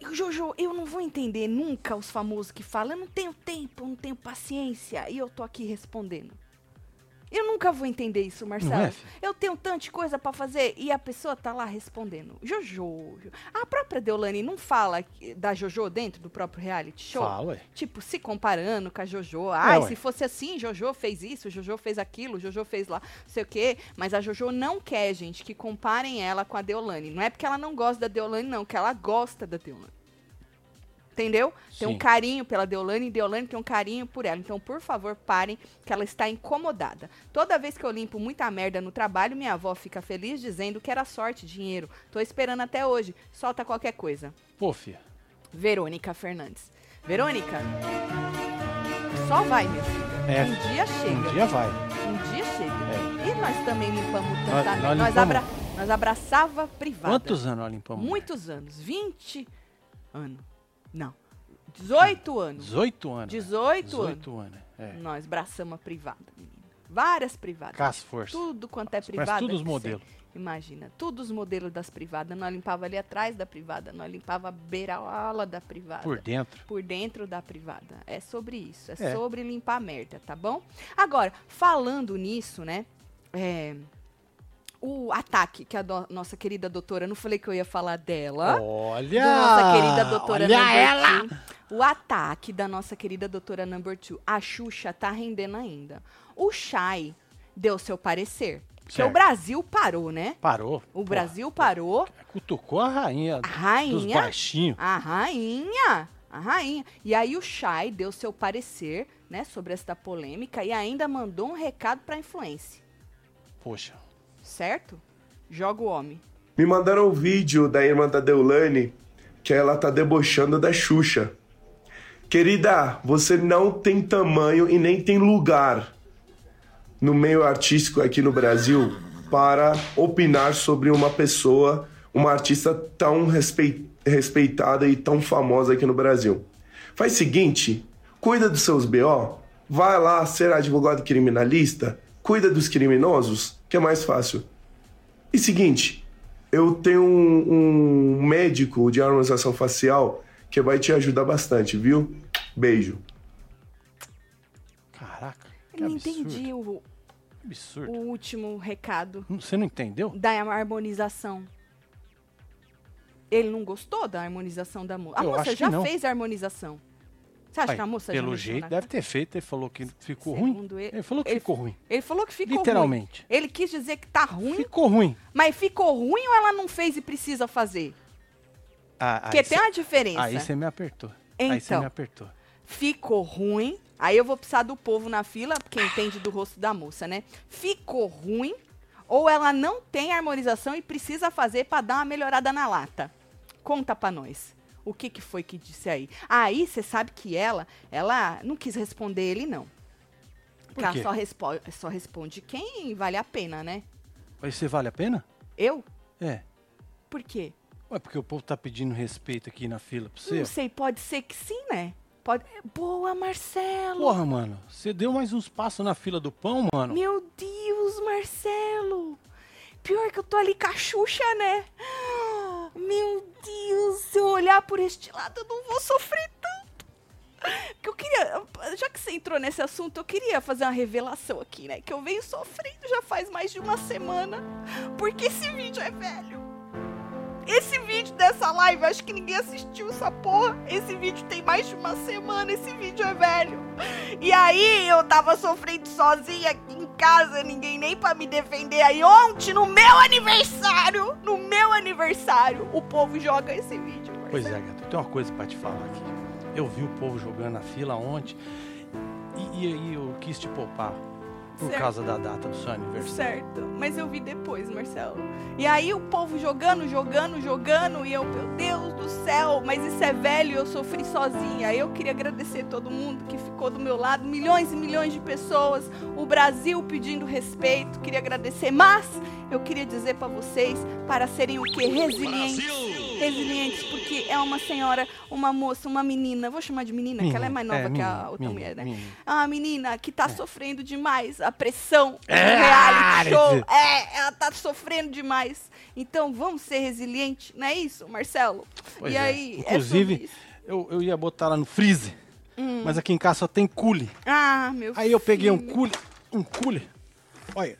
B: E, Jojo, eu não vou entender nunca os famosos que falam, eu não tenho tempo, eu não tenho paciência, e eu tô aqui respondendo. Eu nunca vou entender isso, Marcelo.
A: é, filho?
B: eu tenho tanta coisa pra fazer e a pessoa tá lá respondendo. Jojo. Jo- A própria Deolane não fala que- da Jojo dentro do próprio reality show?
A: Fala, ué.
B: Tipo, se comparando com a Jojo. Ai,
A: É, ué.
B: se fosse assim, Jojo fez isso, Jojo fez aquilo, Jojo fez lá, não sei o quê. Mas a Jojo não quer, gente, que comparem ela com a Deolane. Não é porque ela não gosta da Deolane, não, que ela gosta da Deolane. Entendeu? Tem um
A: Sim.
B: carinho pela Deolane e Deolane tem um carinho por ela. Então, por favor, parem, que ela está incomodada. Toda vez que eu limpo muita merda no trabalho, minha avó fica feliz dizendo que era sorte, dinheiro. Tô esperando até hoje. Solta qualquer coisa.
A: Pô, filha.
B: Verônica Fernandes. Verônica, só vai, minha filha.
A: É.
B: Um dia
A: Um
B: chega.
A: dia vai.
B: Um dia, chega. E nós também limpamos tanta
A: Nós- nós
B: merda.
A: limpamos.
B: abra- nós abraçava privada.
A: Quantos anos nós limpamos?
B: Muitos anos. 20 anos. Não. 18 anos.
A: 18 anos.
B: 18
A: 18 anos. É.
B: Nós braçamos a privada, menina. Várias privadas.
A: Cas força.
B: Tudo quanto é
A: Parece
B: privada.
A: tudo os
B: que você-
A: modelos.
B: Imagina, todos os modelos das privadas. Nós limpava ali atrás da privada, nós limpava a beira-ala da privada
A: Por dentro.
B: por dentro da privada. É sobre isso. É,
A: É.
B: sobre limpar a merda, tá bom? Agora, falando nisso, né? é, o ataque que a do- nossa querida doutora, não falei que eu ia falar dela.
A: Olha!
B: Da nossa querida doutora
A: Olha
B: Number
A: ela!
B: Two. O ataque da nossa querida doutora Number Two. A Xuxa tá rendendo ainda. O Chay deu seu parecer. Porque
A: Certo.
B: o Brasil parou, né?
A: Parou.
B: O
A: Pô,
B: Brasil parou.
A: Cutucou a rainha,
B: A
A: dos
B: rainha
A: baixinhos.
B: a rainha, a rainha. E aí o Chay deu seu parecer, né, sobre esta polêmica e ainda mandou um recado pra influência,
A: Poxa.
B: certo? Joga o homem.
E: Me mandaram um vídeo da irmã da Deulane que ela tá debochando da Xuxa. Querida, você não tem tamanho e nem tem lugar no meio artístico aqui no Brasil para opinar sobre uma pessoa, uma artista tão respei- respeitada e tão famosa aqui no Brasil. Faz o seguinte, cuida dos seus BO, vai lá ser advogado criminalista, cuida dos criminosos, que é mais fácil. E seguinte, eu tenho um, um médico de harmonização facial que vai te ajudar bastante, viu? Beijo.
A: Caraca. que
B: Eu não
A: absurdo,
B: entendi o,
A: que
B: o
A: Absurdo.
B: último recado
A: Você não entendeu?
B: da harmonização. Ele não gostou da harmonização da moça. A
A: Eu acho
B: moça
A: que
B: já
A: não.
B: fez a harmonização. Você acha
A: Ué,
B: que a moça já
A: pelo
B: mexeu
A: jeito,
B: na
A: deve
B: cara?
A: ter feito. Ele falou que ficou ruim.
B: Segundo ele-
A: Ele falou que
B: ele-
A: ficou ruim.
B: Ele falou que ficou
A: Literalmente.
B: ruim. Ele quis dizer que tá ruim,
A: Ficou ruim.
B: mas ficou ruim ou ela não fez e precisa fazer?
A: Ah,
B: Porque
A: aí
B: tem
A: cê-
B: uma diferença.
A: Aí você me apertou. Aí você
B: Então.
A: me apertou.
B: Ficou ruim. Aí eu vou precisar do povo na fila, porque entende do rosto da moça, né? Ficou ruim ou ela não tem harmonização e precisa fazer pra dar uma melhorada na lata? Conta pra nós. O que, que foi que disse aí? Aí você sabe que ela, ela não quis responder ele, não. Porque ela
A: quê?
B: só, respo- só responde quem vale a pena, né?
A: Aí você vale a pena?
B: Eu?
A: É.
B: Por quê?
A: Ué, porque o povo tá pedindo respeito aqui na fila pra você.
B: Não sei, pode ser que sim, né? Pode... Boa, Marcelo!
A: Porra, mano. Você deu mais uns passos na fila do pão, mano.
B: Meu Deus, Marcelo! Pior que eu tô ali com a Xuxa, né? Meu Deus, se eu olhar por este lado, eu não vou sofrer tanto. Que eu queria. já que você entrou nesse assunto, eu queria fazer uma revelação aqui, né? Que eu venho sofrendo já faz mais de uma semana, porque esse vídeo é velho. Esse vídeo dessa live, acho que ninguém assistiu essa porra. Esse vídeo tem mais de uma semana, esse vídeo é velho. E aí eu tava sofrendo sozinha aqui em casa, ninguém nem pra me defender. Aí ontem, no meu aniversário, no meu aniversário, o povo joga esse vídeo. Marcelo.
A: Pois é, gato, tem uma coisa pra te falar aqui. Eu vi o povo jogando na fila ontem e, e, e eu quis te poupar por
B: Certo.
A: causa da data do seu aniversário.
B: Certo, mas eu vi depois, Marcelo. E aí o povo jogando, jogando, jogando, e eu, meu Deus do céu, mas isso é velho, eu sofri sozinha. Eu queria agradecer todo mundo que ficou do meu lado, milhões e milhões de pessoas, o Brasil pedindo respeito, queria agradecer, mas eu queria dizer pra vocês, para serem o quê? Resilientes. Resilientes, porque é uma senhora, uma moça, uma menina, vou chamar de menina, que ela é mais nova que a outra mulher, né? É uma menina que tá sofrendo demais a pressão do
A: É,
B: reality show.
A: Alice.
B: É, ela tá sofrendo demais. Então vamos ser resilientes, não é isso, Marcelo?
A: Pois
B: e
A: é.
B: aí, é
A: Inclusive,
B: sobre isso.
A: Eu, eu ia botar ela no freezer,
B: Hum.
A: mas aqui em casa só tem cule.
B: Ah, meu
A: Aí eu peguei um
B: filho.
A: cule, um cule. Olha,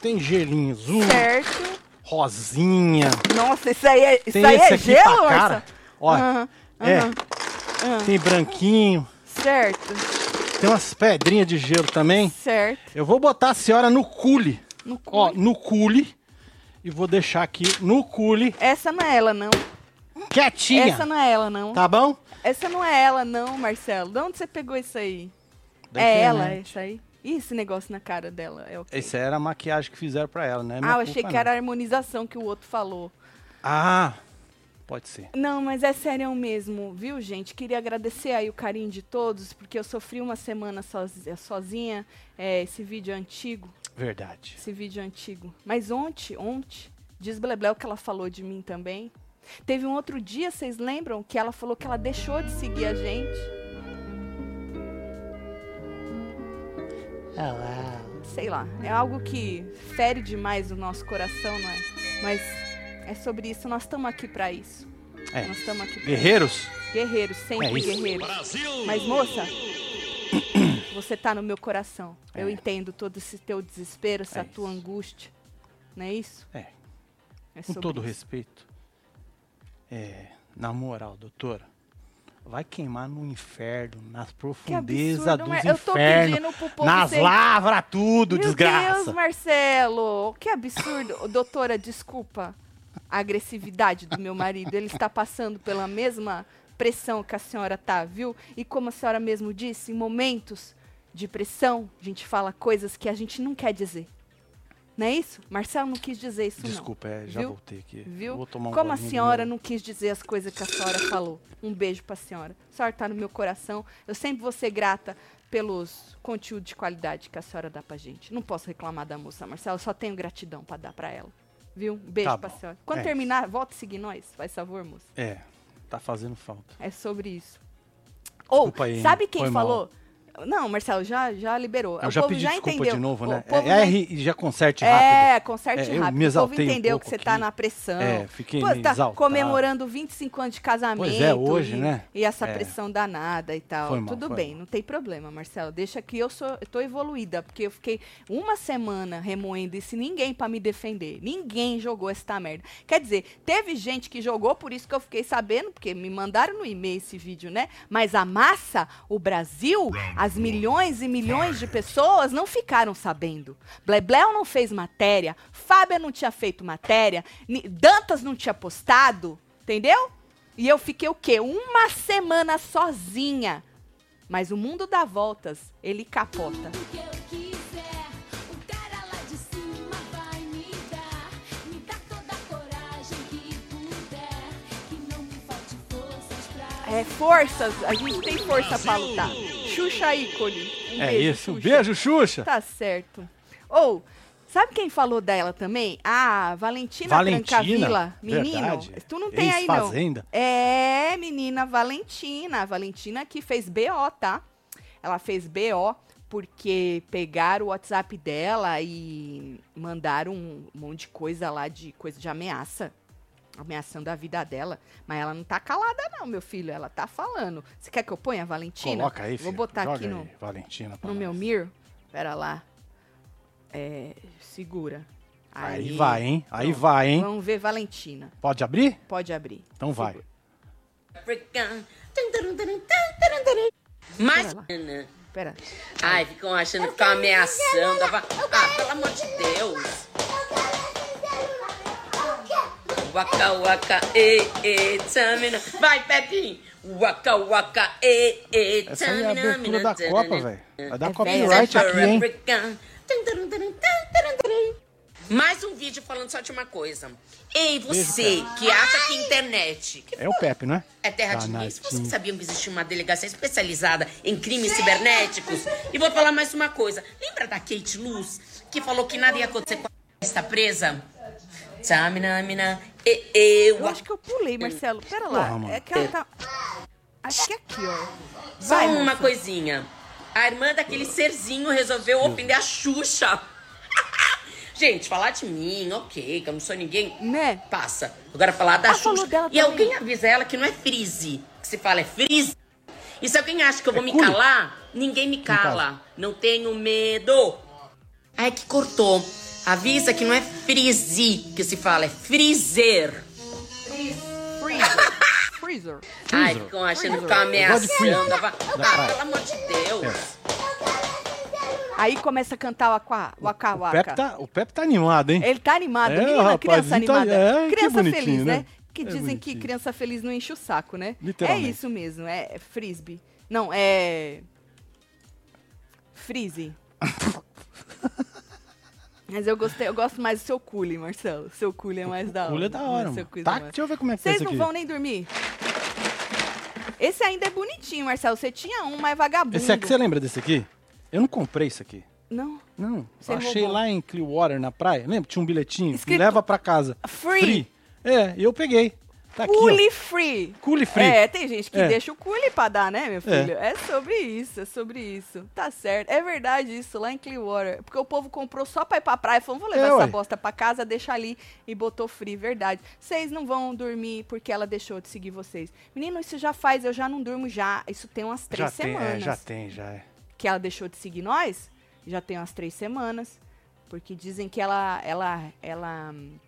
A: tem gelinho azul,
B: Certo.
A: rosinha.
B: Nossa, isso aí é, isso
A: Tem
B: aí
A: esse
B: é
A: aqui
B: gelo,
A: pra cara.
B: Marcelo?
A: Olha,
B: Aham,
A: é.
B: aham, aham.
A: Tem branquinho,
B: Certo,
A: tem umas pedrinhas de gelo também.
B: certo.
A: Eu vou botar a senhora no cule.
B: No
A: Ó,
B: cu.
A: no cule. E vou deixar aqui no cule,
B: Essa não é ela, não.
A: quietinha.
B: Essa não é ela, não.
A: Tá bom?
B: Essa não é ela, não, Marcelo. De onde você pegou isso aí?
A: Da
B: é ela,
A: internet.
B: essa aí? Ih, esse negócio na cara dela é o quê?
A: Essa era a maquiagem que fizeram pra ela, né?
B: Ah, eu achei que era a harmonização que o outro falou.
A: Ah, pode ser.
B: Não, mas é sério mesmo, viu, gente? Queria agradecer aí o carinho de todos, porque eu sofri uma semana sozi- sozinha. É, esse vídeo é antigo,
A: Verdade.
B: esse vídeo é antigo. Mas ontem, ontem, diz Blebleu que ela falou de mim também. Teve um outro dia, vocês lembram, que ela falou que ela deixou de seguir a gente. sei lá, é algo que fere demais o nosso coração, não é? Mas é sobre isso, nós estamos aqui pra isso.
A: É.
B: Nós estamos aqui pra
A: Guerreiros,
B: isso. Guerreiros, sempre
A: É isso.
B: guerreiros. Mas moça, você tá no meu coração. Eu entendo todo esse teu desespero, essa
A: É
B: tua
A: isso.
B: angústia. Não é isso?
A: É.
B: É
A: com
B: sobre
A: todo
B: isso.
A: respeito, é, na moral, doutora, vai queimar no inferno, nas
B: Que
A: profundezas
B: absurdo,
A: dos
B: mas eu tô
A: infernos,
B: pedindo pro povo
A: nas
B: ser
A: lavras, tudo,
B: Meu
A: desgraça.
B: Deus, Marcelo! Que absurdo! Ô, Doutora, desculpa a agressividade do meu marido. Ele está passando pela mesma pressão que a senhora tá, viu? E como a senhora mesmo disse, em momentos de pressão, a gente fala coisas que a gente não quer dizer. Não é isso? Marcelo não quis dizer isso,
A: Desculpa, é, já
B: Viu?
A: voltei aqui.
B: não. Viu?
A: Vou tomar um
B: Como a
A: golinho do
B: senhora
A: meu-
B: não quis dizer as coisas que a senhora falou. Um beijo pra senhora. A senhora tá no meu coração. Eu sempre vou ser grata pelos conteúdos de qualidade que a senhora dá pra gente. Não posso reclamar da moça, Marcela. Eu só tenho gratidão pra dar pra ela. Viu? Um beijo
A: Tá
B: pra
A: bom.
B: senhora. Quando
A: É
B: terminar, volta a seguir nós. Faz favor, moça.
A: É, tá fazendo falta.
B: É sobre isso. Ou,
A: Desculpa aí, hein?
B: sabe quem
A: Foi mal.
B: falou? Não, Marcelo, já, já liberou.
A: Eu
B: o
A: já
B: povo
A: pedi
B: já
A: desculpa
B: entendeu.
A: de novo,
B: O
A: né?
B: povo
A: É,
B: já
A: R e já conserte rápido.
B: é, conserte
A: É,
B: rápido.
A: eu me
B: o povo
A: exaltei um
B: entendeu que
A: pouco
B: você tá
A: aqui.
B: na pressão.
A: É, fiquei
B: Pô,
A: me
B: tá
A: exaltado.
B: comemorando 25 anos de casamento.
A: Pois é, hoje,
B: e,
A: né?
B: E essa
A: É.
B: pressão danada e tal.
A: Foi mal,
B: Tudo
A: foi
B: bem,
A: mal.
B: não tem problema, Marcelo. Deixa que eu sou, eu tô evoluída, porque eu fiquei uma semana remoendo isso e ninguém pra me defender. Ninguém jogou esta merda. Quer dizer, teve gente que jogou, por isso que eu fiquei sabendo, porque me mandaram no e-mail esse vídeo, né? Mas a massa, o Brasil, as milhões e milhões de pessoas não ficaram sabendo. Blebleu não fez matéria, Fábia não tinha feito matéria, Ni- Dantas não tinha postado, entendeu? E eu fiquei o quê? Uma semana sozinha. Mas o mundo dá voltas, ele capota.
F: que eu quiser. O cara lá de cima vai me dar. Me dá toda a coragem que puder. Que não me falte forças pra.
B: É, forças, a gente tem força pra lutar. Xuxa ícone. Um
A: É
B: beijo,
A: isso, um
B: Xuxa.
A: beijo, Xuxa.
B: Tá certo. Ou, sabe quem falou dela também? Ah, Valentina,
A: Valentina,
B: Trancavila. Menino,
A: verdade.
B: tu não tem aí não.
A: Ex-fazenda.
B: É, menina Valentina. A Valentina que fez BO, tá? Ela fez BO porque pegaram o WhatsApp dela e mandaram um monte de coisa lá de coisa de ameaça. ameaçando a vida dela. Mas ela não tá calada, não, meu filho. Ela tá falando. Você quer que eu ponha a Valentina?
A: Coloca aí,
B: Vou
A: filho.
B: botar
A: Joga
B: aqui no,
A: aí, Valentina. pra
B: no
A: nós.
B: meu mir. Pera lá. É, segura.
A: Aí vai, hein? Aí vai, hein?
B: Vamos ver Valentina.
A: Pode abrir?
B: Pode abrir.
A: Então vai.
G: Mas,
B: Bora lá.
G: Ana,
B: Pera.
G: ai, ficam achando, ficam ameaçando. tava- Ah, pelo amor de Deus. Waka waka, e, e, tamina. Vai, Pepinho. Waka waka, e, e,
A: Essa aí é a
G: tamina,
A: abertura
G: mina,
A: da
G: tanana.
A: Copa, velho. Vai dar
B: É
A: copyright
G: Central
A: aqui, hein?
G: African. Tum, tarum, tarum, tum, tarum, tarum. Mais um vídeo falando só de uma coisa. Ei, você que acha que internet que
A: É o Pepe, não é?
G: é terra de ninguém.
A: Danadinho.
G: Vocês sabiam que existia uma delegacia especializada em crimes cibernéticos? E vou falar mais uma coisa. Lembra da Kate Luz, que falou que nada ia acontecer com esta presa? Tchamina, mina, e, e,
B: Eu
G: ua.
B: acho que eu pulei, Marcelo. Pera
A: Porra,
B: lá.
A: mano.
B: É que ela tá. Acho que é aqui, ó.
G: Só
B: Vai,
G: uma
B: moça.
G: coisinha. A irmã daquele serzinho resolveu ofender a Xuxa. Gente, falar de mim, ok, que eu não sou ninguém,
B: Né?
G: passa. Agora falar da
B: Ah,
G: Xuxa.
B: falou dela
G: e
B: também.
G: alguém avisa ela que não é frise. Que se fala é frise. E se alguém acha que eu vou me
A: culo.
G: calar, ninguém me cala. Não tenho medo. Ai, que cortou. Avisa que não é frise que se fala, é freezer.
B: Freezer. Freezer.
G: Ai, ficam achando que eu
A: gosto de freezer.
G: ameaçando.
A: Da
G: Ah,
A: praia.
G: pelo amor de Deus.
B: Aí começa a cantar o aqua, o aqua,
A: O Pepe, tá, o Pepe tá animado, hein?
B: Ele tá animado,
A: É,
B: menina,
A: o
B: criança
A: rapazinho tá-
B: animada.
A: é, que
B: criança
A: bonitinho,
B: feliz, né?
A: né?
B: Que
A: É
B: dizem que
A: bonitinho.
B: criança feliz não enche o saco, né? É
A: Literalmente.
B: isso mesmo, é é frisbee. Não, é. Freeze. Mas eu gostei, eu gosto mais do seu cule, Marcelo. Seu cule é mais da hora.
A: Cule é da hora,
B: Seu
A: mano.
B: cule é
A: Tá,
B: mais-
A: deixa eu ver como é que tá
B: Vocês
A: isso
B: não
A: aqui.
B: vão nem dormir? Esse ainda é bonitinho, Marcelo. Você tinha um, mas vagabundo.
A: Esse aqui, você lembra desse aqui? Eu não comprei isso aqui.
B: Não.
A: Não,
B: Você
A: eu achei
B: roubou.
A: lá em Clearwater, na praia. Lembra? Tinha um bilhetinho.
B: Escrito
A: Me leva pra casa.
B: free.
A: É, e eu peguei. Tá aqui, ó.
B: Cule free.
A: Cule free.
B: É, tem gente que
A: É.
B: deixa o cule pra dar, né, meu filho? É. sobre isso, é sobre isso. Tá certo. É verdade isso, lá em Clearwater. Porque o povo comprou só pra ir pra praia. Falou, vou levar
A: É,
B: essa
A: ué.
B: bosta pra casa, deixa ali. E botou free, verdade. Vocês não vão dormir porque ela deixou de seguir vocês. Menino, isso já faz, eu já não durmo já. Isso tem umas
A: já
B: três
A: tem,
B: semanas
A: é, já tem, já é.
B: que ela deixou de seguir nós, já tem umas três semanas, porque dizem que ela, ela, ela, hum,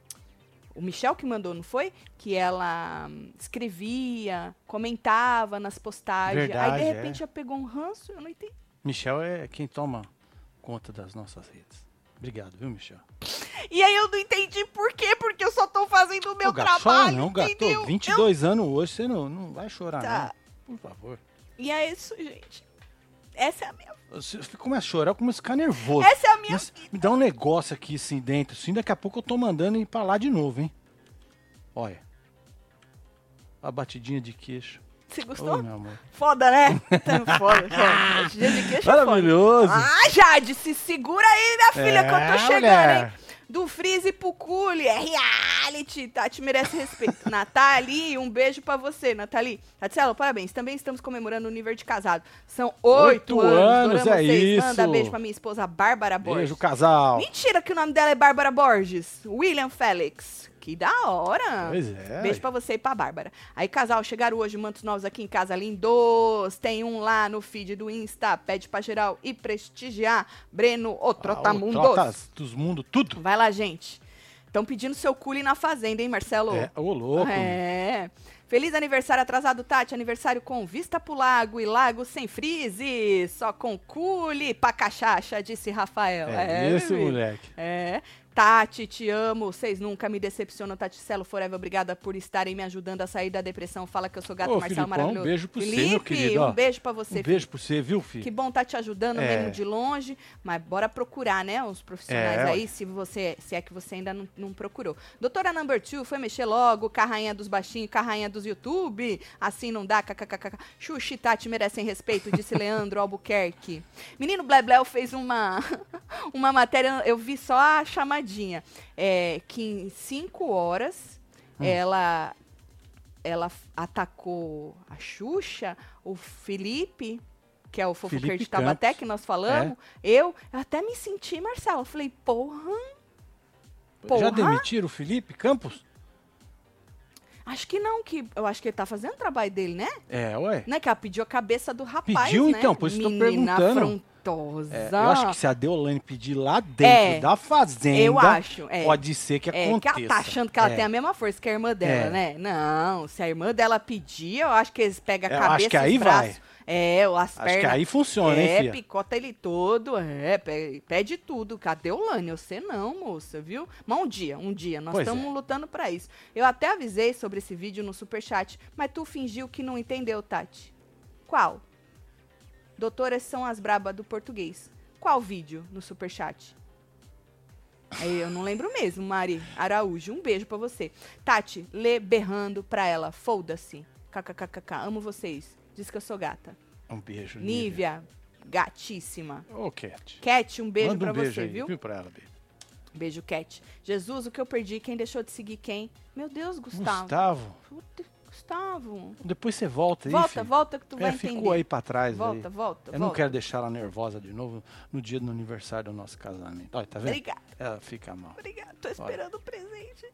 B: o Michel que mandou, não foi? Que ela hum, escrevia, comentava nas postagens, aí de
A: Verdade, é.
B: repente já pegou um ranço, eu não entendi.
A: Michel é quem toma conta das nossas redes. Obrigado, viu, Michel?
B: E aí eu não entendi por quê, porque eu só tô fazendo o meu
A: Ô, gato,
B: trabalho,
A: não, gato.
B: entendeu?
A: 22 anos hoje, você não, não vai chorar,
B: Tá.
A: não. Por favor.
B: E é isso, gente. Essa é a minha,
A: Você começa a chorar, eu começo a ficar nervoso.
B: essa é a minha
A: Nossa, me dá um negócio aqui, assim, dentro. Assim, daqui a pouco eu tô mandando ir pra lá de novo, hein? Olha. A batidinha de queixo.
B: Você
A: Ô,
B: gostou?
A: meu amor.
B: Foda, né? Tá foda, foda. Dia de queixa é foda.
A: Maravilhoso.
B: Ah, Jade, se segura aí, minha filha, que eu
A: É,
B: tô chegando,
A: mulher.
B: hein? Do Freeze pro Cule, é reality, tá? Te merece respeito. Nathalie, um beijo pra você, Nathalie. Tatielo, parabéns. Também estamos comemorando o nível de casado. São oito,
A: Oito
B: anos.
A: anos,
B: amo
A: é
B: vocês.
A: isso.
B: Manda beijo pra minha esposa, Bárbara Borges.
A: Beijo, casal.
B: Mentira que o nome dela é Bárbara Borges. William Félix. Que da hora.
A: Pois é.
B: Beijo pra você e pra Bárbara. Aí, casal, chegaram hoje mantos novos aqui em casa, lindos. Tem um lá no feed do Insta. Pede pra geral e prestigiar. Breno, o Trotamundos.
A: Ah, Trotas Tá dos mundos, tudo.
B: Vai lá, gente. Estão pedindo seu cule na fazenda, hein, Marcelo?
A: É, ô louco.
B: É. Feliz aniversário atrasado, Tati. Aniversário com vista pro lago e lago sem frise. Só com cule pra cachaça, disse Rafael.
A: É, isso,
B: bebê.
A: moleque.
B: É. Tati, te amo. Vocês nunca me decepcionam. Tati Celo Forever, obrigada por estarem me ajudando a sair da depressão. Fala que eu sou gato
A: Ô,
B: Marcelo
A: Filipão,
B: maravilhoso.
A: um beijo pro
B: Felipe,
A: você, meu querido, ó.
B: Um beijo pra você.
A: Um beijo pra você, viu, filho?
B: Felipe. Que bom tá te ajudando
A: É.
B: mesmo de longe, mas bora procurar, né, os profissionais
A: É,
B: aí, se você, se é que você ainda não, não procurou. Doutora Number Two foi mexer logo, carrainha dos baixinhos, carrainha dos YouTube, assim não dá, kkkk. Xuxi e Tati merecem respeito, disse Leandro Albuquerque. Menino Blebleu fez uma, uma matéria, eu vi só a chamadinha, é, que em cinco horas
A: Hum.
B: ela ela f- atacou a Xuxa, o Felipe, que é o fofoqueiro
A: Felipe
B: de Tabaté
A: Campos. É.
B: que nós falamos, eu, eu até me senti, Marcelo, eu falei, porra,
A: Já
B: porra.
A: demitiram o Felipe Campos?
B: Acho que não, que eu acho que ele tá fazendo o trabalho dele, né?
A: É, ué.
B: Né, que ela pediu a cabeça do rapaz,
A: Pediu,
B: né?
A: então, por isso que eu tô
B: Menina
A: perguntando.
B: afrontosa.
A: É, eu acho que se a Deolane pedir lá dentro
B: É,
A: da fazenda,
B: eu acho, é.
A: pode ser que
B: É, que
A: aconteça.
B: ela tá achando que ela
A: É.
B: tem a mesma força que a irmã dela,
A: É.
B: né? Não, se a irmã dela pedir, eu acho que eles pegam a
A: É, Eu
B: cabeça
A: acho que
B: e os
A: aí
B: braços.
A: vai.
B: É, ou as
A: Acho que
B: pernas.
A: aí funciona, hein,
B: é,
A: filha?
B: picota ele todo, é, pe- pede tudo. Cadê o Lani? Você não, moça, viu? Mas um dia, um dia, nós
A: Pois é.
B: estamos lutando pra isso. Eu até avisei sobre esse vídeo no superchat, mas tu fingiu que não entendeu, Tati. Qual? Doutoras são as braba do português. Qual vídeo no superchat? Aí Eu não lembro mesmo, Mari Araújo. Um beijo pra você. Tati, lê berrando pra ela. Folda-se. KKKKK. Amo vocês. Diz que eu sou gata.
A: Um beijo, Nívia.
B: Nívia, gatíssima.
A: Ô, Cat.
B: Cat, um beijo
A: Manda
B: pra
A: um beijo
B: você,
A: aí,
B: viu?
A: Pra ela, baby.
B: Beijo, Cat. Jesus, o que eu perdi? Quem deixou de seguir quem? Meu Deus, Gustavo.
A: Gustavo,
B: Puta, Gustavo.
A: depois você volta aí,
B: Volta,
A: filho.
B: volta que tu
A: é,
B: vai
A: ficou
B: entender.
A: aí pra trás.
B: volta,
A: aí.
B: volta,
A: Eu
B: volta.
A: não quero deixar ela nervosa de novo no dia do aniversário do nosso casamento. Olha, tá vendo?
B: Obrigada.
A: Ela fica mal.
B: Obrigada, tô esperando o presente.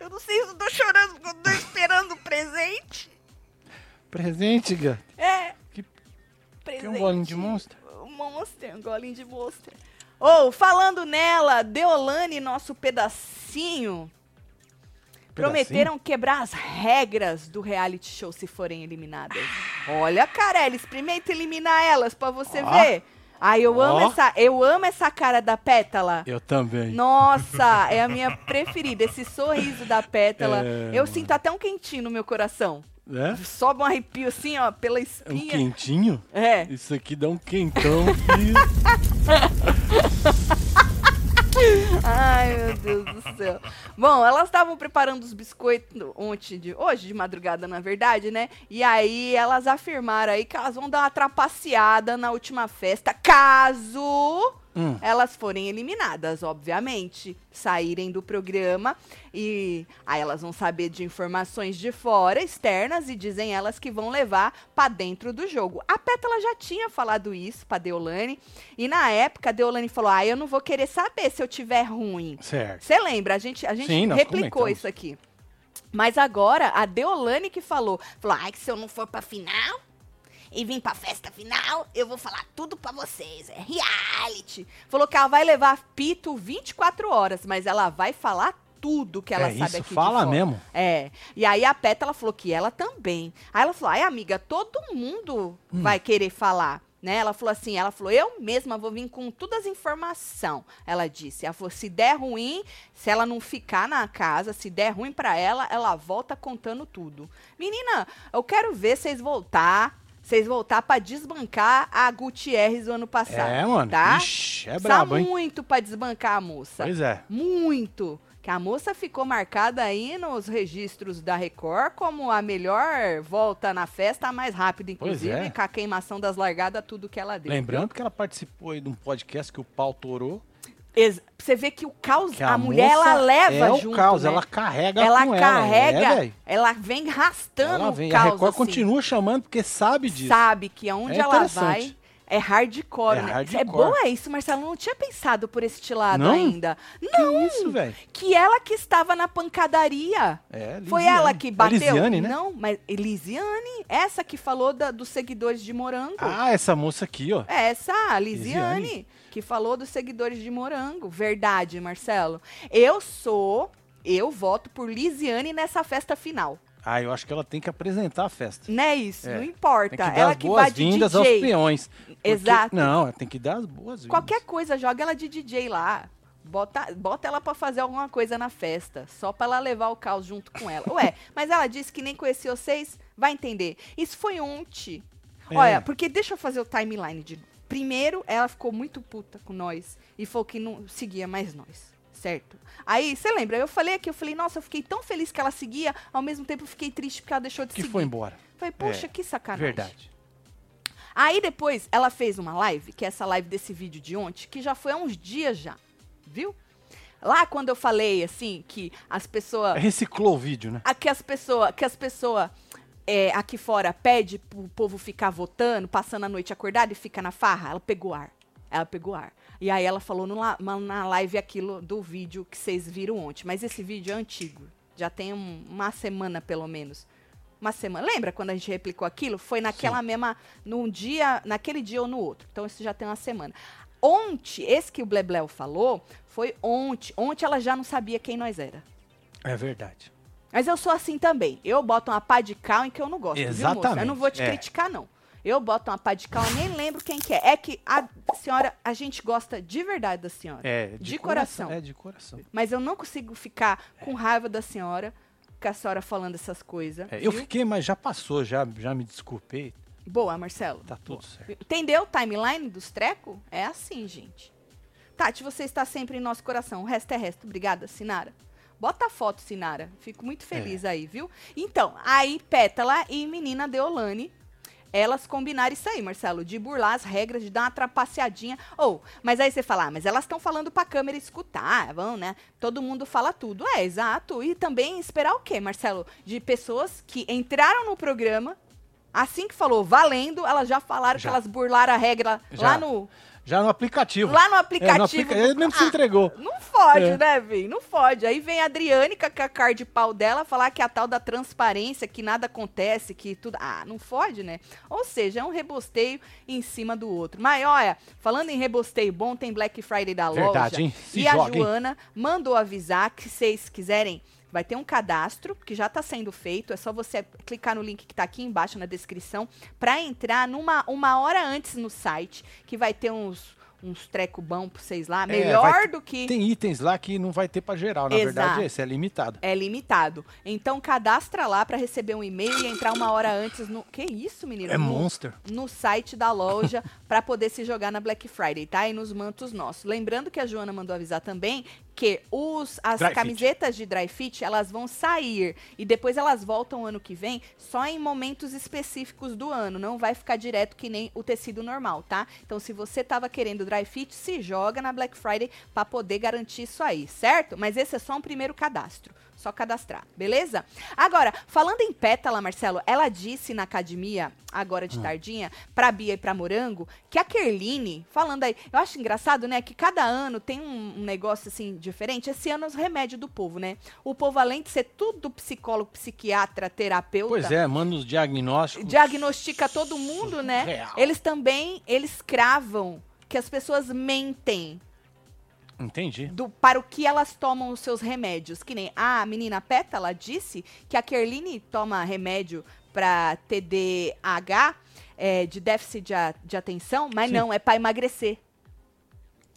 B: Eu não sei se eu tô chorando porque eu tô esperando o presente.
A: Presente, Gá.
B: É.
A: Que-
B: presente.
A: Quer um golinho de monstro?
B: Um monstro, um golinho de monstro. Ou, falando nela, Deolane, nosso pedacinho, prometeram quebrar as regras do reality show se forem eliminadas. Olha, Carelli, experimenta eliminar elas pra você
A: Ó.
B: ver. Ai, eu amo
A: Ó.
B: essa, eu amo essa cara da Pétala.
A: Eu também.
B: Nossa, é a minha preferida. Esse sorriso da pétala.
A: É,
B: eu sinto até um quentinho no meu coração.
A: Né?
B: Sobe um arrepio assim, ó, pela
A: É um
B: espinha.
A: quentinho?
B: é.
A: Isso aqui dá um quentão, filho.
B: Ai, meu Deus do céu. Bom, elas estavam preparando os biscoitos ontem de hoje, de madrugada, na verdade, né? E aí elas afirmaram aí que elas vão dar uma trapaceada na última festa, caso
A: Hum.
B: elas forem eliminadas, obviamente, saírem do programa e aí elas vão saber de informações de fora, externas e dizem elas que vão levar pra dentro do jogo. A Pétala já tinha falado isso pra Deolane e na época a Deolane falou: "Ah, eu não vou querer saber se eu tiver ruim".
A: Certo.
B: Você lembra? A gente, a gente
A: Sim, nós
B: replicou
A: comentamos.
B: isso aqui. Mas agora, a Deolane que falou. Falou, ai, que se eu não for pra final e vim pra festa final, eu vou falar tudo pra vocês. É reality. Falou que ela vai levar pito 24 horas, mas ela vai falar tudo que ela
A: é
B: sabe
A: isso,
B: aqui de
A: fala
B: fora.
A: mesmo.
B: É. E aí a Peta, ela falou que ela também. Aí ela falou, ai, amiga, todo mundo
A: Hum.
B: vai querer falar. Né? Ela falou assim, ela falou, eu mesma vou vir com todas as informações, ela disse. Ela falou, se der ruim, se ela não ficar na casa, se der ruim pra ela, ela volta contando tudo. Menina, eu quero ver vocês voltar, vocês voltar pra desbancar a Gutierrez do ano passado.
A: É, mano.
B: Tá?
A: Ixi,
B: Tá
A: é brabo, hein?
B: muito pra desbancar a moça.
A: Pois é.
B: Muito. Que a moça ficou marcada aí nos registros da Record como a melhor volta na festa, a mais rápida,
A: Pois
B: inclusive,
A: é.
B: com a queimação das largadas, tudo que ela deu.
A: Lembrando que ela participou aí de um podcast que o pau torou.
B: Ex- Você vê que o caos,
A: Que
B: a, mulher,
A: moça
B: ela leva
A: é o
B: junto,
A: caos,
B: né?
A: ela carrega
B: Ela
A: com
B: carrega,
A: ela. É,
B: ela,
A: velho.
B: vem arrastando
A: ela vem.
B: o
A: a
B: caos,
A: Record
B: assim.
A: continua chamando porque sabe disso.
B: Sabe que aonde
A: É
B: ela vai
A: interessante.
B: é hardcore,
A: É
B: né? É
A: hardcore.
B: boa isso, Marcelo, não tinha pensado por este lado
A: Não?
B: ainda.
A: Que
B: Não,
A: isso, velho?
B: que ela que estava na pancadaria.
A: É, Lisiane.
B: Foi ela que bateu?
A: Lisiane, né?
B: Não, mas Elisiane, essa que falou da- dos seguidores de morango.
A: Ah, essa moça aqui, ó.
B: É essa, a Lisiane,
A: Lisiane.
B: que falou dos seguidores de morango. Verdade, Marcelo. Eu sou, eu voto por Lisiane nessa festa final.
A: Ah, eu acho que ela tem que apresentar a festa.
B: Não é isso,
A: É,
B: não
A: Tem
B: importa.
A: que dar
B: ela
A: as
B: que vai de
A: boas-vindas aos
B: DJ.
A: peões. Porque-
B: Exato.
A: Não, ela tem que dar as boas-vindas.
B: Qualquer coisa, joga ela de DJ lá. Bota, bota ela pra fazer alguma coisa na festa, só pra ela levar o caos junto com ela. Ué, mas ela disse que nem conhecia vocês, vai entender. Isso foi ontem.
A: É.
B: Olha, porque deixa eu fazer o timeline de novo. Primeiro, ela ficou muito puta com nós e falou que não seguia mais nós, certo? Aí, você lembra, eu falei aqui, eu falei, nossa, eu fiquei tão feliz que ela seguia, ao mesmo tempo eu fiquei triste porque ela deixou de
A: Que
B: seguir.
A: foi embora.
B: Falei, poxa,
A: É,
B: que sacanagem.
A: Verdade.
B: Aí depois ela fez uma live, que é essa live desse vídeo de ontem, que já foi há uns dias já, viu? Lá quando eu falei assim que as pessoas,
A: Reciclou o vídeo, né?
B: que as pessoas, que as pessoas aqui fora pede pro povo ficar votando, passando a noite acordada e fica na farra, ela pegou ar. Ela pegou ar. E aí ela falou no la- ma- na live aquilo do vídeo que vocês viram ontem, mas esse vídeo é antigo, Já tem um- uma semana, pelo menos. Uma semana. Lembra quando a gente replicou aquilo? Foi naquela mesma. Num dia, naquele dia ou no outro. Então isso já tem uma semana. Ontem, esse que o Blebleu falou, foi ontem. Ontem ela já não sabia quem nós era.
A: É verdade.
B: Mas eu sou assim também. Eu boto uma pá de cal em que eu não gosto, viu, moça? Eu
A: Exatamente,
B: não vou te
A: é.
B: criticar, não. Eu boto uma pá de cal, eu nem lembro quem que é. É que a senhora, a gente gosta de verdade da senhora.
A: É,
B: de, coração.
A: É, de coração.
B: Mas eu não consigo ficar com raiva da senhora, com a senhora falando essas coisas.
A: É, eu
B: viu?
A: fiquei, mas já passou, já, já me desculpei.
B: Boa, Marcelo.
A: Tá tudo certo.
B: Entendeu o timeline dos treco? É assim, gente. Tati, você está sempre em nosso coração. O resto é resto. Obrigada, Sinara. Bota a foto, Sinara. Fico muito feliz
A: É.
B: aí, viu? Então, aí Pétala e menina Deolane, elas combinaram isso aí, Marcelo, de burlar as regras, de dar uma trapaceadinha. Ou, mas aí você fala, ah, mas elas estão falando pra câmera escutar, vão, né? Todo mundo fala tudo. É, exato. E também esperar o quê, Marcelo? De pessoas que entraram no programa, assim que falou valendo, elas já falaram
A: Já.
B: que elas burlaram a regra lá
A: Já.
B: no,
A: Já no aplicativo.
B: Lá no
A: É,
B: aplicativo.
A: no aplica-
B: do-
A: Ele mesmo se
B: Ah,
A: entregou.
B: Não fode,
A: É.
B: né, Vim? Não fode. Aí vem a Adriane com a cara de pau dela falar que é a tal da transparência, que nada acontece, que tudo. Ah, não fode, né? Ou seja, é um rebosteio em cima do outro. Mas olha, falando em rebosteio bom, tem Black Friday da
A: Verdade,
B: loja.
A: hein? Se
B: e a
A: joga, hein?
B: Joana mandou avisar que se vocês quiserem. Vai ter um cadastro que já está sendo feito. É só você clicar no link que está aqui embaixo na descrição para entrar numa uma hora antes no site, que vai ter uns, uns treco bom para vocês lá. Ah, Melhor
A: É, vai-
B: do que.
A: Tem itens lá que não vai ter pra geral. Na
B: Exato.
A: verdade, é esse é limitado.
B: É limitado. Então cadastra lá para receber um e-mail e entrar uma hora antes no. Que isso, menino?
A: É
B: No-
A: monster.
B: no site da loja para poder se jogar na Black Friday, tá? E nos mantos nossos. Lembrando que a Joana mandou avisar também que os, as
A: Dry fit.
B: camisetas de dry fit, elas vão sair e depois elas voltam ano que vem só em momentos específicos do ano, não vai ficar direto que nem o tecido normal, tá? Então se você tava querendo dry fit, se joga na Black Friday para poder garantir isso aí, certo? Mas esse é só um primeiro cadastro. Só cadastrar, beleza? Agora, falando em pétala, Marcelo, ela disse na academia, agora
A: Ah.
B: de tardinha, pra Bia e pra Morango, que a Kerline, falando aí, eu acho engraçado, né, que cada ano tem um, um negócio assim diferente. Esse ano é os remédios do povo, né? O povo, além de ser tudo psicólogo, psiquiatra, terapeuta.
A: Pois é, manda os diagnósticos.
B: Diagnostica todo mundo, né?
A: Surreal.
B: Eles também, eles cravam que as pessoas mentem
A: Entendi.
B: do para o que elas tomam os seus remédios. Que nem ah, a menina Pétala disse que a Kerline toma remédio para TDAH, é, de déficit de, a- de atenção, mas
A: Sim.
B: não, é para emagrecer.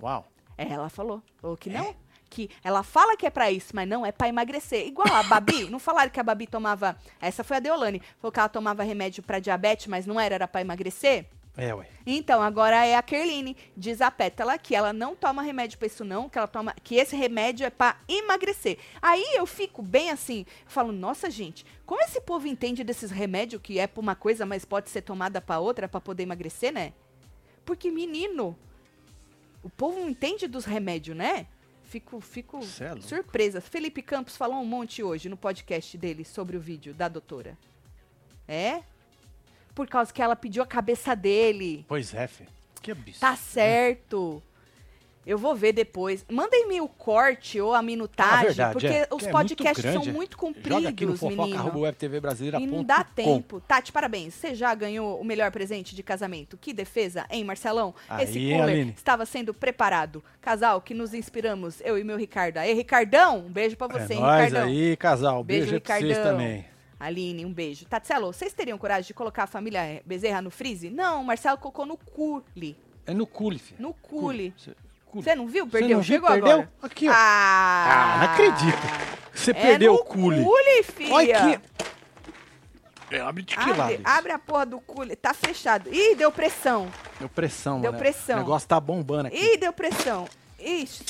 A: Uau.
B: É, ela falou. Falou que não. Que ela fala que é pra isso, mas não, é pra emagrecer. Igual a Babi, não falaram que a Babi tomava. Essa foi a Deolane. Falou que ela tomava remédio pra diabetes, mas não era, era pra emagrecer?
A: É, ué.
B: Então, agora é a Kerline. Diz a Pétala que ela não toma remédio pra isso, não, que ela toma. que esse remédio é pra emagrecer. Aí eu fico bem assim, eu falo, nossa, gente, como esse povo entende desses remédios que é pra uma coisa, mas pode ser tomada pra outra pra poder emagrecer, né? Porque, menino, o povo não entende dos remédios, né? Fico, fico
A: Cê é louco.
B: surpresa. Felipe Campos falou um monte hoje no podcast dele sobre o vídeo da doutora. É? Por causa que ela pediu a cabeça dele.
A: Pois é, filho. Que absurdo.
B: Tá certo. Eu vou ver depois. Mandem-me o corte ou a minutagem,
A: Ah, verdade,
B: porque
A: é.
B: os
A: Que é
B: podcasts
A: muito grande,
B: são
A: é.
B: muito
A: Joga aqui no
B: compridos, menino.
A: fofoca.webtvbrasileira.com.
B: E não dá tempo. Tati, parabéns. Você já ganhou o melhor presente de casamento. Que defesa, hein, Marcelão?
A: Aí,
B: Esse cooler
A: Aline.
B: estava sendo preparado. Casal que nos inspiramos, eu e meu Ricardo. Aí, Ricardão, um beijo pra você,
A: É
B: hein,
A: nóis
B: Ricardão.
A: aí, casal.
B: Beijo,
A: Beijo, aí pra vocês
B: Ricardão.
A: também.
B: Aline, um beijo. Tatselo, vocês teriam coragem de colocar a família eh, Bezerra no freeze? Não, o Marcelo colocou no cule.
A: É no cule, filho.
B: No cule.
A: Cê- cule.
B: Você não viu?
A: Cê
B: Perdeu.
A: não viu?
B: Chegou
A: Perdeu?
B: agora.
A: Aqui, ó.
B: Ah,
A: Ah, não acredito. Você
B: É
A: perdeu
B: no
A: o cule.
B: cule, filha.
A: Olha que... É, abre de que lado?
B: Abre,
A: isso?
B: abre a porra do cule. Tá fechado. Ih, deu pressão.
A: Deu pressão,
B: Deu
A: mano.
B: pressão.
A: O negócio tá bombando aqui.
B: Ih, deu pressão. Isso.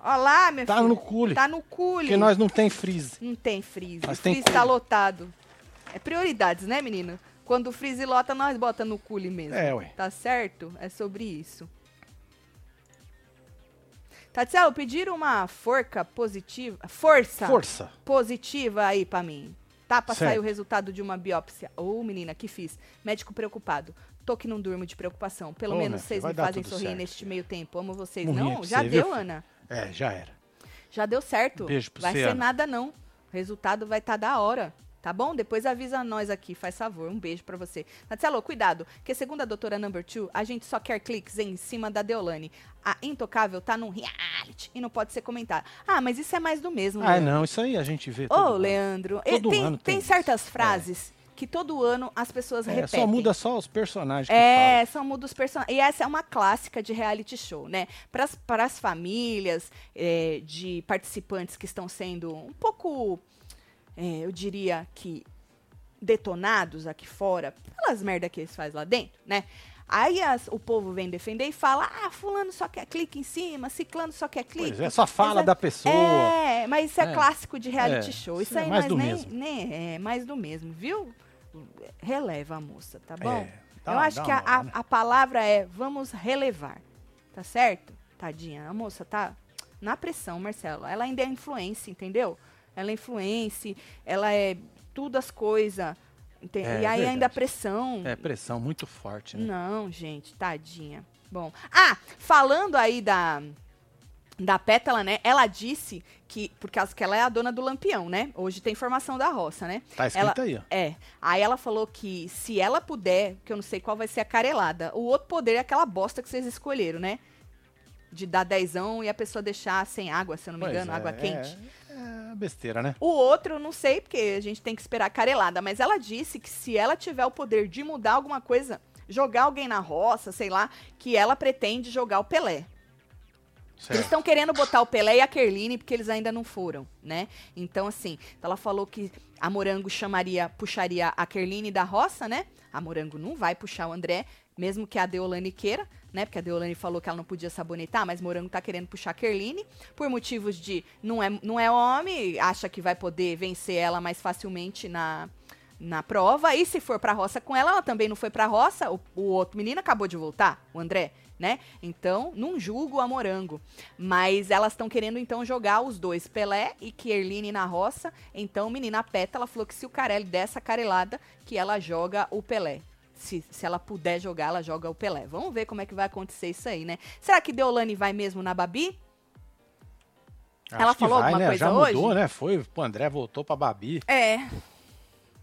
B: Olha lá, meu
A: Tá
B: filho.
A: no cule.
B: Tá no cule.
A: Porque nós não tem freeze.
B: Não tem freeze.
A: Mas
B: o
A: tem
B: freeze tá
A: cule.
B: lotado. É prioridades, né, menina? Quando o freeze lota, nós bota no cule mesmo.
A: É, ué.
B: Tá certo? É sobre isso. Tatielo, pediram uma forca positiva. Força.
A: Força.
B: positiva aí pra mim. Tá pra sair
A: Certo.
B: o resultado de uma biópsia. Ô, menina, que fiz. Médico preocupado. Tô que não durmo de preocupação. Pelo
A: Ô,
B: menos
A: minha
B: vocês
A: filha,
B: me
A: vai dar
B: fazem
A: tudo
B: sorrir
A: certo,
B: neste
A: filha.
B: meio tempo. Amo vocês.
A: Morrinha
B: não?
A: pra
B: Já
A: você,
B: deu,
A: viu, filha?
B: Ana?
A: É, já era.
B: Já deu certo.
A: Beijo pra
B: Vai
A: você,
B: ser
A: Ana.
B: nada, não. O resultado vai estar da hora. Tá bom? Depois avisa nós aqui, faz favor. Um beijo pra você. Marcelo, cuidado, que segundo a doutora Number Two, a gente só quer cliques em cima da Deolane. A intocável tá num reality e não pode ser comentada. Ah, mas isso é mais do mesmo.
A: Ah,
B: Leandro.
A: não, é isso aí a gente vê.
B: Ô,
A: todo ano.
B: Leandro, e
A: Todo
B: tem,
A: ano
B: tem
A: tem
B: certas
A: isso.
B: frases que todo ano as pessoas
A: É,
B: repetem.
A: só muda só os personagens que
B: É, são muda os personagens. E essa é uma clássica de reality show, né? Para as famílias é, de participantes que estão sendo um pouco, é, eu diria que detonados aqui fora, pelas merda que eles fazem lá dentro, né? Aí as- o povo vem defender e fala: ah, fulano só quer clique em cima, ciclano só quer
A: falam.
B: clique.
A: Pois é, só fala
B: Exa-
A: da pessoa.
B: é, mas isso é,
A: É.
B: clássico de reality
A: É,
B: show. Isso
A: isso é
B: aí
A: mais
B: mas
A: do
B: nem,
A: mesmo.
B: nem- é mais do mesmo, viu? Releva a moça, tá bom?
A: É, dá-
B: Eu acho
A: dá
B: que a,
A: uma hora,
B: a-
A: né?
B: a palavra é vamos relevar, tá certo? Tadinha, a moça tá na pressão, Marcelo. Ela ainda é influência, entendeu? Ela é influência, ela é tudo as coisas. ente-
A: É,
B: e aí
A: verdade.
B: ainda a pressão.
A: É, pressão muito forte, né?
B: Não, gente, tadinha. Bom, ah, falando aí da da Pétala, né? Ela disse que por causa que ela é a dona do Lampião, né? Hoje tem formação da roça, né?
A: Tá
B: Ela-
A: escrito aí, ó.
B: É. Aí ela falou que se ela puder, que eu não sei qual vai ser a carelada, o outro poder é aquela bosta que vocês escolheram, né? De dar dezão e a pessoa deixar sem água, se eu não me
A: Pois
B: engano,
A: é,
B: água quente.
A: É, é besteira, né?
B: O outro, eu não sei, porque a gente tem que esperar a carelada, mas ela disse que se ela tiver o poder de mudar alguma coisa, jogar alguém na roça, sei lá, que ela pretende jogar o Pelé. Eles
A: Certo.
B: estão querendo botar o Pelé e a Kerline, porque eles ainda não foram, né? Então, assim, ela falou que a Morango chamaria, puxaria a Kerline da roça, né? A Morango não vai puxar o André, mesmo que a Deolane queira, né? Porque a Deolane falou que ela não podia sabonetar, mas Morango tá querendo puxar a Kerline por motivos de não é, não é homem, acha que vai poder vencer ela mais facilmente na, na prova. E se for pra roça com ela, ela também não foi pra roça. O, o outro menino acabou de voltar, o André, né? Então, não julgo a Morango. Mas elas estão querendo, então, jogar os dois, Pelé e Kierline na roça. Então, menina Peta, ela falou que se o Carelli der essa carelada, que ela joga o Pelé. Se, se ela puder jogar, ela joga o Pelé. Vamos ver como é que vai acontecer isso aí, né? Será que Deolane vai mesmo na Babi?
A: Acho
B: ela
A: que
B: falou
A: vai,
B: alguma
A: né?
B: coisa
A: Já
B: hoje?
A: mudou, né? Foi, o André voltou pra Babi.
B: É.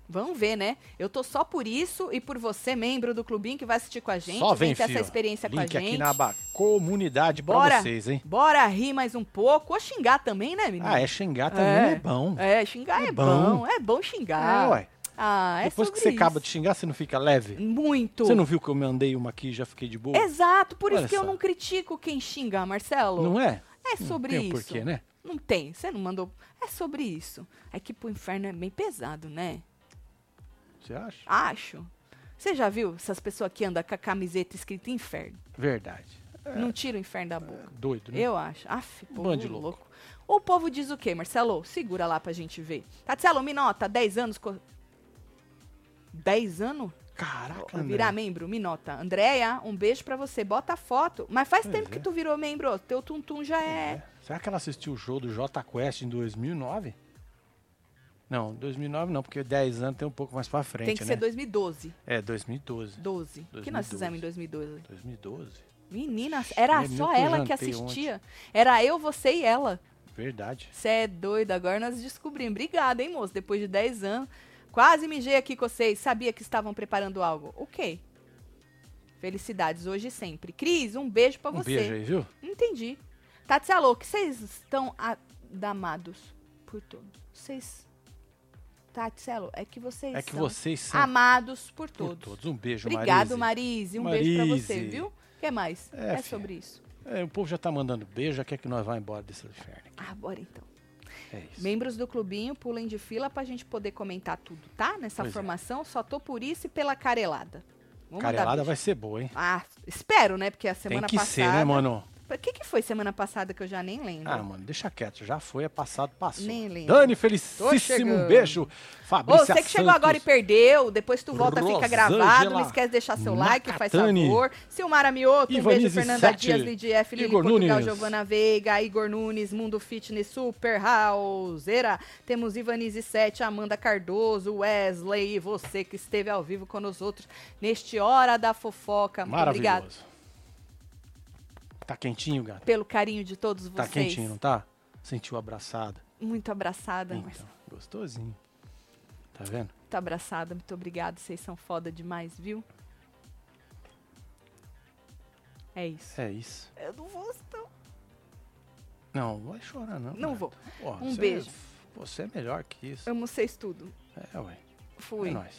B: Vamos ver, né? Eu tô só por isso e por você, membro do clubinho que vai assistir com a gente.
A: Só vem,
B: ter
A: filho.
B: essa experiência
A: Link
B: com a gente.
A: aqui na aba comunidade
B: Bora.
A: pra vocês, hein?
B: Bora rir mais um pouco ou xingar também, né, menino?
A: Ah, é xingar também
B: É.
A: é, bom.
B: É, xingar é,
A: É
B: bom.
A: bom.
B: É bom xingar.
A: É, ué.
B: Ah, é
A: Depois que
B: sobre
A: você acaba de
B: isso.
A: xingar, você não fica leve?
B: Muito.
A: Você não viu que eu mandei uma aqui e já fiquei de boa?
B: Exato, por isso
A: Olha
B: que eu
A: só.
B: não critico quem xinga, Marcelo.
A: Não é?
B: É sobre
A: não tem o
B: isso.
A: porquê, né?
B: Não tem, você não mandou. É sobre isso. É que pro inferno é bem pesado, né?
A: Você acha?
B: Acho. Você já viu essas pessoas que andam com a camiseta escrita inferno?
A: Verdade.
B: Não tira o inferno da boca.
A: Doido, né?
B: Eu acho. Aff, povo
A: Bando de
B: louco.
A: louco.
B: O povo diz o quê, Marcelo? Segura lá pra gente ver. Marcelo, me nota, 10 anos... Co... 10 anos?
A: Caraca, André.
B: Virar membro, me nota. Andréia, um beijo pra você. Bota a foto. Mas faz
A: Pois
B: tempo
A: é.
B: que tu virou membro. ó. Teu tum-tum já é...
A: É. Será que ela assistiu o show do Jota Quest em 2009? Não, 2009 não, porque 10 anos tem um pouco mais pra frente,
B: Tem que
A: né?
B: ser 2012.
A: É, 2012.
B: 12. O que nós
A: 2012.
B: fizemos em 2012?
A: 2012?
B: Menina, era
A: lembro
B: só
A: nem o É, que eu
B: ela que
A: jantei
B: assistia. Era eu, você e ela.
A: Verdade.
B: Você é doido, agora nós descobrimos. Obrigada, hein, moço? Depois de 10 anos. Quase mijei aqui com vocês. Sabia que estavam preparando algo. Ok. Felicidades hoje e sempre. Cris, um beijo pra
A: um
B: você.
A: beijo aí, viu?
B: Entendi. Tati Alô, que vocês estão adamados por todos. Vocês. Tati Alô, é que vocês
A: É que
B: são
A: vocês são
B: amados por
A: por
B: todos.
A: todos. Um beijo,
B: Obrigado,
A: Marise.
B: Marise. Um beijo pra você,
A: Marise.
B: viu? O que mais?
A: É,
B: É,
A: filha.
B: sobre isso.
A: É, o povo já tá mandando beijo, já quer que nós vá embora desse inferno.
B: Ah, bora então.
A: É isso.
B: Membros do clubinho pulem de fila pra gente poder comentar tudo, tá? Nessa
A: Pois é.
B: formação, só tô por isso e pela carelada. Vamos mandar
A: Carelada
B: beijo.
A: vai ser boa, hein?
B: Ah, espero, né? Porque a semana
A: Tem que
B: passada.
A: ser, né, mano?
B: O que, que foi semana passada que eu já nem lembro?
A: Ah, mano, deixa quieto. Já foi, é passado, passou.
B: Nem lembro.
A: Dani,
B: Tô
A: felicíssimo.
B: chegando.
A: Um beijo.
B: Ô,
A: Fabrícia
B: você que chegou agora e perdeu, depois tu volta, fica
A: Rosângela
B: gravado. Não esquece de deixar seu like, faz
A: Nakatani.
B: favor. Silmara Mioto, um
A: Ivanize
B: beijo. Fernanda
A: Sete.
B: Dias, Lidia F, Lili
A: Igor
B: Portugal,
A: Nunes.
B: Giovana Veiga, Igor Nunes, Mundo Fitness, Super Houseera. Temos Ivanize 7, Amanda Cardoso, Wesley e você que esteve ao vivo com nós outros neste Hora da Fofoca. Muito obrigada
A: Maravilhoso. Tá quentinho, gato?
B: pelo carinho de todos
A: Tá
B: vocês.
A: quentinho, não tá? Sentiu abraçada.
B: Muito abraçada,
A: Então,
B: Marcelo.
A: gostosinho. Tá vendo?
B: Muito abraçada, muito obrigado. Vocês são foda demais, viu? É isso.
A: É isso.
B: Eu não vou, então.
A: Não, não vai chorar, não.
B: Não
A: cara.
B: vou.
A: Porra,
B: Um
A: você- é
B: beijo.
A: Você é melhor que isso.
B: Amo vocês tudo.
A: É, ué.
B: Fui.
A: É nóis.